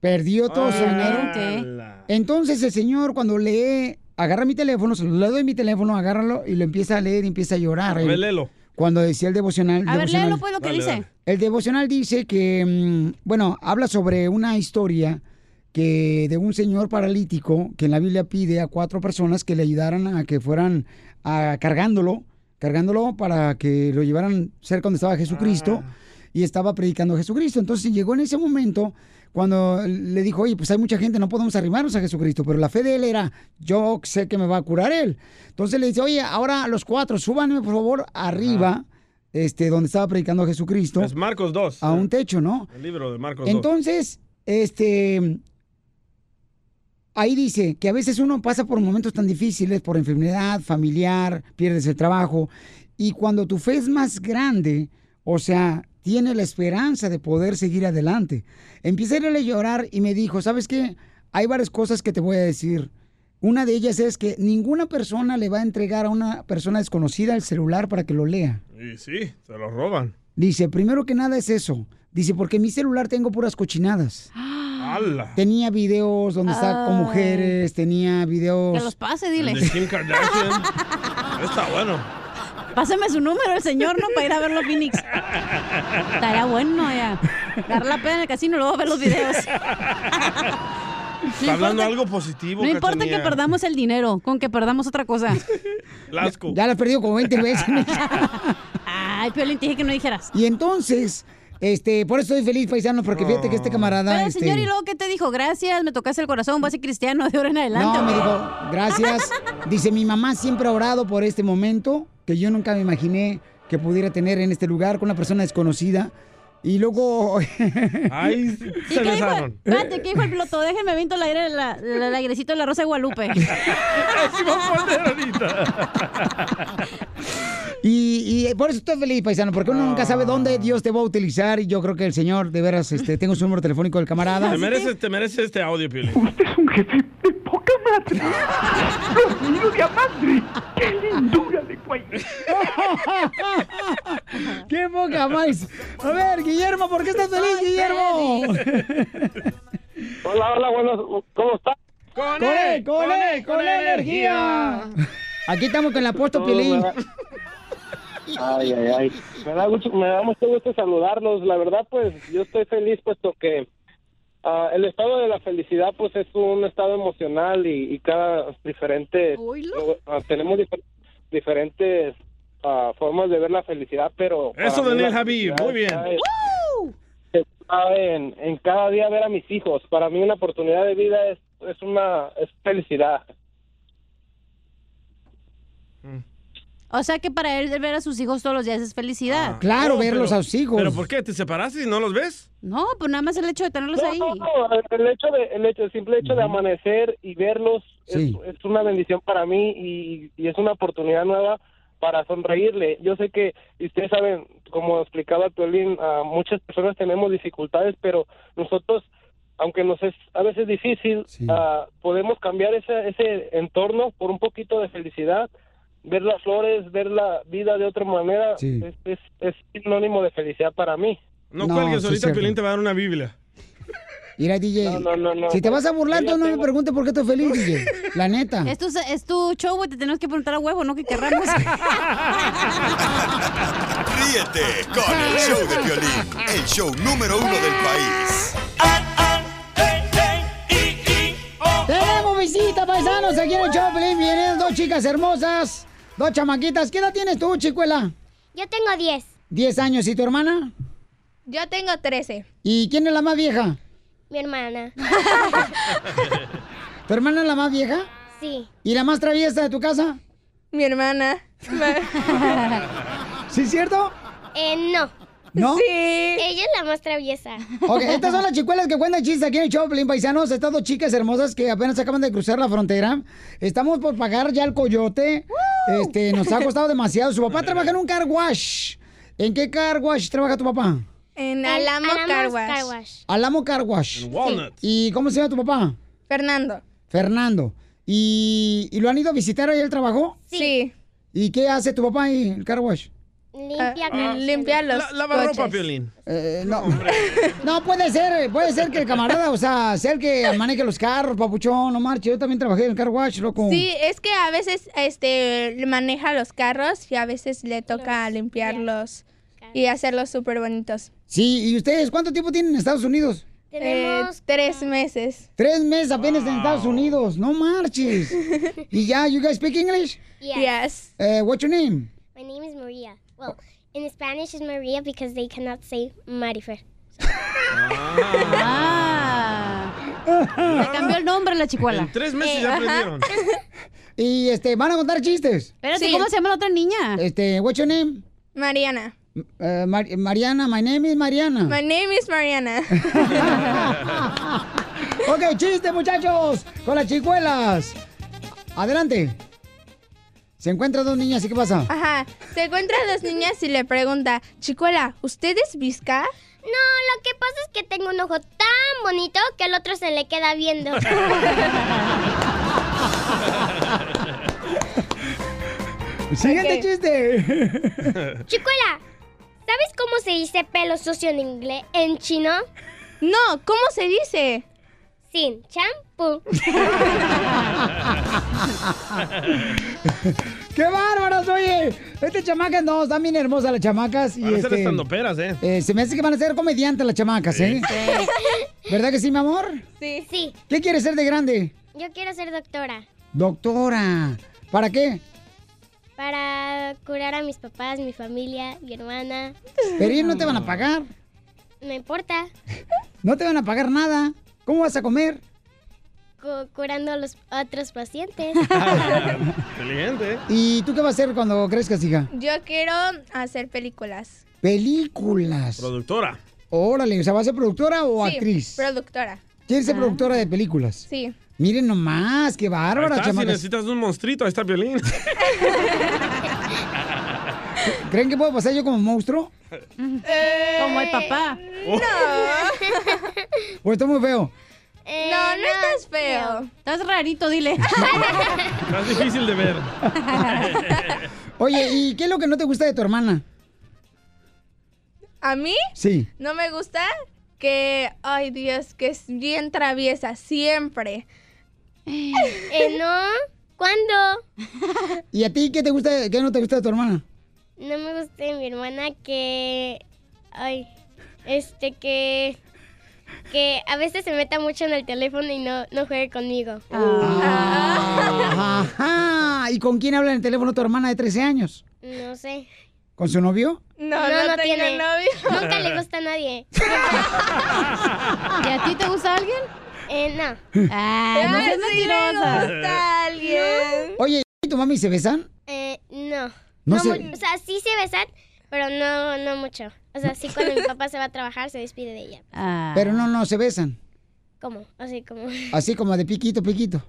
Speaker 2: Perdió todo su dinero.
Speaker 8: dinero.
Speaker 2: Entonces el señor cuando lee, agarra mi teléfono, se le doy mi teléfono, agárralo y lo empieza a leer y empieza a llorar.
Speaker 3: A ver, léelo.
Speaker 2: Cuando decía el devocional.
Speaker 8: A ver,
Speaker 2: devocional-
Speaker 8: léelo, pues, lo que Dale, dice. dale.
Speaker 2: El devocional dice que, mm, bueno, habla sobre una historia que de un señor paralítico que en la Biblia pide a cuatro personas que le ayudaran a que fueran a, cargándolo, cargándolo para que lo llevaran cerca donde estaba Jesucristo y estaba predicando a Jesucristo. Entonces llegó en ese momento cuando le dijo, oye, pues hay mucha gente, no podemos arrimarnos a Jesucristo, pero la fe de él era, yo sé que me va a curar él. Entonces le dice, oye, ahora los cuatro, súbanme por favor arriba, este, donde estaba predicando a Jesucristo,
Speaker 3: Es Marcos 2.
Speaker 2: a un techo, ¿no?
Speaker 3: El libro de Marcos 2.
Speaker 2: Entonces, este, ahí dice que a veces uno pasa por momentos tan difíciles, por enfermedad familiar, pierdes el trabajo, y cuando tu fe es más grande, o sea, tiene la esperanza de poder seguir adelante. Empecé a llorar y me dijo, ¿sabes qué? Hay varias cosas que te voy a decir. Una de ellas es que ninguna persona le va a entregar a una persona desconocida el celular para que lo lea.
Speaker 3: Y sí, se lo roban.
Speaker 2: Dice, primero que nada es eso. Dice, porque en mi celular tengo puras cochinadas.
Speaker 3: ¡Hala!
Speaker 2: Tenía videos donde está con
Speaker 8: Ay.
Speaker 2: mujeres, tenía videos...
Speaker 8: Que los pase, dile.
Speaker 3: El de Kim Kardashian. Está bueno.
Speaker 8: Pásame su número, el señor, ¿no? Para ir a verlo a Phoenix. Estaría bueno ya. Dar la pena en el casino y luego ver los videos.
Speaker 3: Está hablando algo positivo.
Speaker 8: No importa que
Speaker 3: Cachanía.
Speaker 8: perdamos el dinero, con que perdamos otra cosa.
Speaker 3: Lasco.
Speaker 2: Ya la he perdido como 20 veces.
Speaker 8: Ay, Piolín, te dije que no dijeras.
Speaker 2: y entonces, este, por eso estoy feliz, paisanos, porque fíjate que este camarada...
Speaker 8: Pero el
Speaker 2: este,
Speaker 8: señor, ¿y luego qué te dijo? Gracias, me tocaste el corazón, voy a ser cristiano de ahora en adelante.
Speaker 2: No, me
Speaker 8: ¿o qué?
Speaker 2: dijo, gracias. Dice, mi mamá siempre ha orado por este momento que yo nunca me imaginé que pudiera tener en este lugar con una persona desconocida. Y luego...
Speaker 3: Ay,
Speaker 8: ¿Y qué dijo? Espérate, ¿qué dijo el piloto? Déjenme aviento el aire, la, la- el airecito de la Rosa de Guadalupe.
Speaker 3: Así va a poner ahorita.
Speaker 2: Y, y por eso estoy feliz, paisano, porque uno nunca sabe
Speaker 3: Ah.
Speaker 2: dónde Dios te va a utilizar. Y yo creo que el señor, de veras, este, tengo su número telefónico del camarada.
Speaker 3: Te mereces, te mereces este audio, Piolín.
Speaker 18: ¡Dios de madre! ¡Qué lindura de cuello!
Speaker 2: ¡Qué poca más! A ver, Guillermo, ¿por qué estás feliz, Guillermo?
Speaker 19: Hola, hola, buenos, ¿cómo estás?
Speaker 3: Con
Speaker 10: E,
Speaker 2: él, con él, con energía. Aquí estamos con el apóstol
Speaker 22: E
Speaker 2: Pilín.
Speaker 19: Ay, ay, ay. Me da, mucho, me da mucho gusto saludarlos. La verdad, pues, yo estoy feliz puesto que ah, el estado de la felicidad, pues, es un estado emocional y, y cada diferente...
Speaker 8: Oílo.
Speaker 19: ah, tenemos difer- diferentes ah, formas de ver la felicidad, pero... para
Speaker 3: Eso,
Speaker 19: mí la
Speaker 3: Daniel Javi,
Speaker 19: felicidad
Speaker 3: muy bien.
Speaker 19: está en- está en, en cada día ver a mis hijos. Para mí una oportunidad de vida es, es una es felicidad.
Speaker 8: O sea que para él ver a sus hijos todos los días es felicidad.
Speaker 2: Ah, Claro,
Speaker 3: Oh,
Speaker 2: verlos
Speaker 3: pero-
Speaker 2: a sus hijos.
Speaker 3: ¿Pero por qué? ¿Te separaste y no los ves?
Speaker 8: No, pues nada más el hecho de tenerlos
Speaker 19: No,
Speaker 8: ahí.
Speaker 19: no, no, el hecho de, el hecho, el simple hecho de amanecer y verlos es-
Speaker 2: Sí.
Speaker 19: es, una bendición para mí y, y es una oportunidad nueva para sonreírle. Yo sé que y ustedes saben, como explicaba Tuelín, a muchas personas tenemos dificultades, pero nosotros, aunque nos es a veces difícil, ah, podemos cambiar ese, ese entorno por un poquito de felicidad. Ver las flores, ver la vida de otra manera
Speaker 3: Sí.
Speaker 19: es, es, es sinónimo de felicidad para mí.
Speaker 3: No,
Speaker 19: No,
Speaker 3: cuelgues,
Speaker 19: sí es
Speaker 3: ahorita
Speaker 19: cierto.
Speaker 3: Piolín te va a dar una Biblia.
Speaker 2: Mira, DJ.
Speaker 19: No, no, no, no.
Speaker 2: Si te vas a burlar,
Speaker 19: Yo ya
Speaker 2: entonces no me
Speaker 19: tengo-
Speaker 2: preguntes por qué estoy feliz, DJ. La neta.
Speaker 8: Es tu, es tu show, güey, te tenemos que preguntar a huevo, ¿no? Que querramos.
Speaker 7: Ríete con el show de Piolín, el show número uno del país.
Speaker 2: Tenemos visita, paisanos, aquí en el show, de Pelín. Vienen dos chicas hermosas, dos chamaquitas. ¿Qué edad tienes tú, chicuela?
Speaker 27: Yo tengo 10.
Speaker 2: ¿Diez años. ¿Y tu hermana?
Speaker 27: Yo tengo 13.
Speaker 2: ¿Y quién es la más vieja?
Speaker 27: Mi hermana.
Speaker 2: ¿Tu hermana es la más vieja?
Speaker 27: Sí.
Speaker 2: ¿Y la más traviesa de tu casa?
Speaker 27: Mi hermana.
Speaker 2: ¿Sí es cierto?
Speaker 27: eh, no.
Speaker 2: ¿No?
Speaker 27: Sí. Ella es la más traviesa.
Speaker 2: Ok, estas son las chicuelas que cuentan chistes aquí en el show, Pelín, paisanos. Estas dos chicas hermosas que apenas acaban de cruzar la frontera. Estamos por pagar ya el coyote. Este, nos ha costado demasiado. Su papá trabaja en un car wash. ¿En qué car wash trabaja tu papá?
Speaker 27: En
Speaker 28: Alamo Car Wash.
Speaker 2: Alamo Car Wash.
Speaker 28: Walnut.
Speaker 2: ¿Y cómo se llama tu papá?
Speaker 28: Fernando.
Speaker 2: Fernando. ¿Y, y lo han ido a visitar ahí el trabajo?
Speaker 28: Sí.
Speaker 2: ¿Y qué hace tu papá ahí, en el car wash?
Speaker 27: Limpia,
Speaker 28: Ah, limpia los
Speaker 3: La- lava ropa,
Speaker 28: coches.
Speaker 3: Piolín.
Speaker 2: Eh, no. no, puede ser, puede ser que el camarada, o sea, sea el que maneje los carros, papuchón, no marche. Yo también trabajé en el car wash, loco.
Speaker 28: Sí, es que a veces este le maneja los carros y a veces le toca limpiarlos y hacerlos súper bonitos.
Speaker 2: Sí, ¿y ustedes cuánto tiempo tienen en Estados Unidos?
Speaker 28: Eh, tres meses.
Speaker 2: Tres meses apenas en Estados Unidos, no marches. ¿Y ya, you guys speak English?
Speaker 28: Yes.
Speaker 2: Eh, what's your name?
Speaker 27: My name is Maria. Well, in Spanish is Maria because they cannot say Marifer.
Speaker 8: Le cambió el nombre a la chicuela. Eh,
Speaker 27: En
Speaker 3: tres
Speaker 27: meses
Speaker 2: ya aprendieron. Y este, van a contar chistes.
Speaker 8: Espérate, ¿cómo se llama la otra niña?
Speaker 2: Este, what's your name?
Speaker 28: Mariana.
Speaker 2: Eh, Mar- Mariana, my name is Mariana.
Speaker 28: My name is Mariana.
Speaker 2: Ok, chiste, muchachos, con las chicuelas. Adelante. Se encuentran dos niñas, ¿y qué pasa?
Speaker 28: Ajá, se encuentra a dos niñas y le pregunta, Chicuela, ¿usted es visca?
Speaker 27: No, lo que pasa es que tengo un ojo tan bonito que al otro se le queda viendo.
Speaker 2: Siguiente
Speaker 27: Ok.
Speaker 2: chiste.
Speaker 27: Chicuela, ¿sabes cómo se dice pelo sucio en inglés, en chino?
Speaker 28: No, ¿cómo se dice?
Speaker 27: Sin champú.
Speaker 2: ¡Qué bárbaros, oye! Estas chamacas no, están bien hermosas las chamacas. Y
Speaker 3: Van a ser
Speaker 2: este,
Speaker 3: estandoperas, ¿eh?
Speaker 2: eh, se me hace que van a ser comediantes las chamacas, ¿eh? ¿Verdad que sí, mi amor?
Speaker 27: Sí. Sí,
Speaker 2: ¿Qué quieres ser de grande?
Speaker 27: yo quiero ser doctora
Speaker 2: Doctora. ¿Para qué?
Speaker 27: para curar a mis papás, mi familia, mi hermana.
Speaker 2: Pero ellos no te van a pagar.
Speaker 27: No importa,
Speaker 2: No te van a pagar nada. ¿Cómo vas a comer?
Speaker 27: cu- curando a los otros pacientes.
Speaker 3: Inteligente.
Speaker 2: ¿Y tú qué vas a hacer cuando crezcas, hija?
Speaker 28: Yo quiero hacer películas.
Speaker 2: Películas.
Speaker 3: Productora.
Speaker 2: Órale, o sea, ¿vas a ser productora o
Speaker 28: Sí,
Speaker 2: actriz?
Speaker 28: productora.
Speaker 2: ¿Quieres ser
Speaker 28: Ah.
Speaker 2: productora de películas?
Speaker 28: Sí.
Speaker 2: Miren nomás, qué
Speaker 3: Ahí
Speaker 2: bárbara,
Speaker 3: está, si
Speaker 2: chamacas.
Speaker 3: necesitas un monstruito, ahí está Piolín.
Speaker 2: ¿Creen que puedo pasar yo como monstruo?
Speaker 28: Como
Speaker 8: el papá.
Speaker 3: Oh.
Speaker 28: No.
Speaker 2: ¿O estoy Pues muy feo?
Speaker 28: Eh, no, no, estás feo.
Speaker 8: Estás rarito, dile.
Speaker 3: Es difícil de ver.
Speaker 2: Oye, ¿y qué es lo que no te gusta de tu hermana?
Speaker 28: ¿A mí?
Speaker 2: Sí.
Speaker 28: No me gusta que, ay Dios, que es bien traviesa siempre.
Speaker 27: Eh, no, ¿cuándo?
Speaker 2: ¿Y a ti qué te gusta, qué no te gusta de tu hermana?
Speaker 27: No me gusta de mi hermana que... Ay, este que... Que a veces se meta mucho en el teléfono y no, no juegue conmigo.
Speaker 2: Ah.
Speaker 28: Ah.
Speaker 2: Ajá. ¿Y con quién habla en el teléfono tu hermana de 13 años?
Speaker 27: No sé.
Speaker 2: ¿Con su novio?
Speaker 28: No, no tengo novio.
Speaker 27: Nunca le gusta a nadie.
Speaker 8: ¿Y a ti te gusta alguien?
Speaker 27: Eh, no.
Speaker 8: Ay,
Speaker 28: Ah,
Speaker 8: no seas mentirosa.
Speaker 27: gusta alguien.
Speaker 2: Oye, ¿y tu mami se besan?
Speaker 27: Eh, no.
Speaker 2: No
Speaker 27: No,
Speaker 2: se-
Speaker 27: mu- O sea, sí se besan, pero no, no mucho. O sea, sí cuando mi papá se va a trabajar se despide de ella.
Speaker 2: Pero no, no se besan.
Speaker 27: ¿Cómo? Así como...
Speaker 2: Así como de piquito, piquito.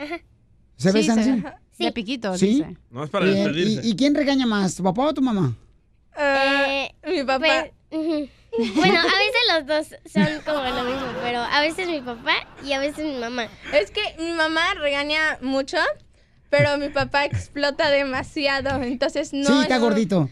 Speaker 27: Ajá.
Speaker 2: ¿Se
Speaker 27: Sí,
Speaker 2: besan
Speaker 27: se-
Speaker 2: así?
Speaker 27: ajá.
Speaker 8: De piquito,
Speaker 2: ¿Sí?
Speaker 8: dice.
Speaker 3: No es para
Speaker 2: Bien,
Speaker 3: despedirse.
Speaker 2: ¿Y, y quién regaña más, tu papá o tu mamá?
Speaker 27: Eh,
Speaker 28: Ah, mi papá.
Speaker 27: bueno, a veces los dos son como lo mismo, pero a veces mi papá y a veces mi mamá.
Speaker 28: Es que mi mamá regaña mucho, pero mi papá explota demasiado, entonces no.
Speaker 2: sí, está
Speaker 28: es-
Speaker 2: gordito.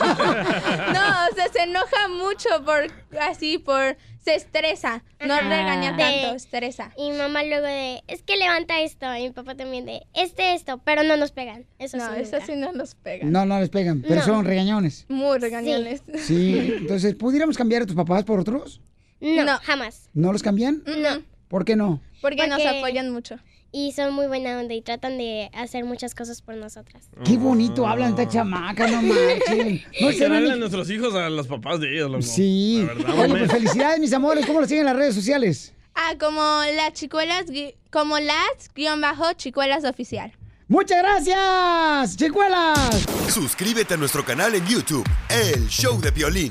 Speaker 28: No, o sea, se enoja mucho por así, por se estresa, no
Speaker 27: Ajá.
Speaker 28: regaña
Speaker 27: Ah. De-
Speaker 28: tanto, estresa.
Speaker 27: Y mamá luego de, es que levanta esto, y mi papá también de, este esto, pero no nos pegan. Eso
Speaker 28: No,
Speaker 27: sí.
Speaker 28: eso sí no nos pega.
Speaker 2: No, no les pegan, pero
Speaker 27: No.
Speaker 2: son regañones.
Speaker 28: Muy regañones.
Speaker 2: Sí, entonces, ¿pudiéramos cambiar a tus papás por otros?
Speaker 27: No, jamás.
Speaker 2: ¿No los cambian?
Speaker 28: No.
Speaker 2: ¿Por qué no?
Speaker 28: Porque nos apoyan mucho.
Speaker 27: Y son muy buena onda y tratan de hacer muchas cosas por nosotras.
Speaker 2: Qué bonito
Speaker 3: Ah.
Speaker 2: hablan estas chamacas, no manchen. No
Speaker 3: No
Speaker 2: se
Speaker 3: a nuestros hijos a los papás de ellos, loco.
Speaker 2: Sí.
Speaker 3: La verdad,
Speaker 2: Oye,
Speaker 3: hombre.
Speaker 2: pues felicidades, mis amores. ¿Cómo los siguen en las redes sociales?
Speaker 28: Ah, como las chicuelas, gui- como las guión bajo chicuelas oficial.
Speaker 2: ¡Muchas gracias, chicuelas!
Speaker 7: Suscríbete a nuestro canal en YouTube, El Show de Violín.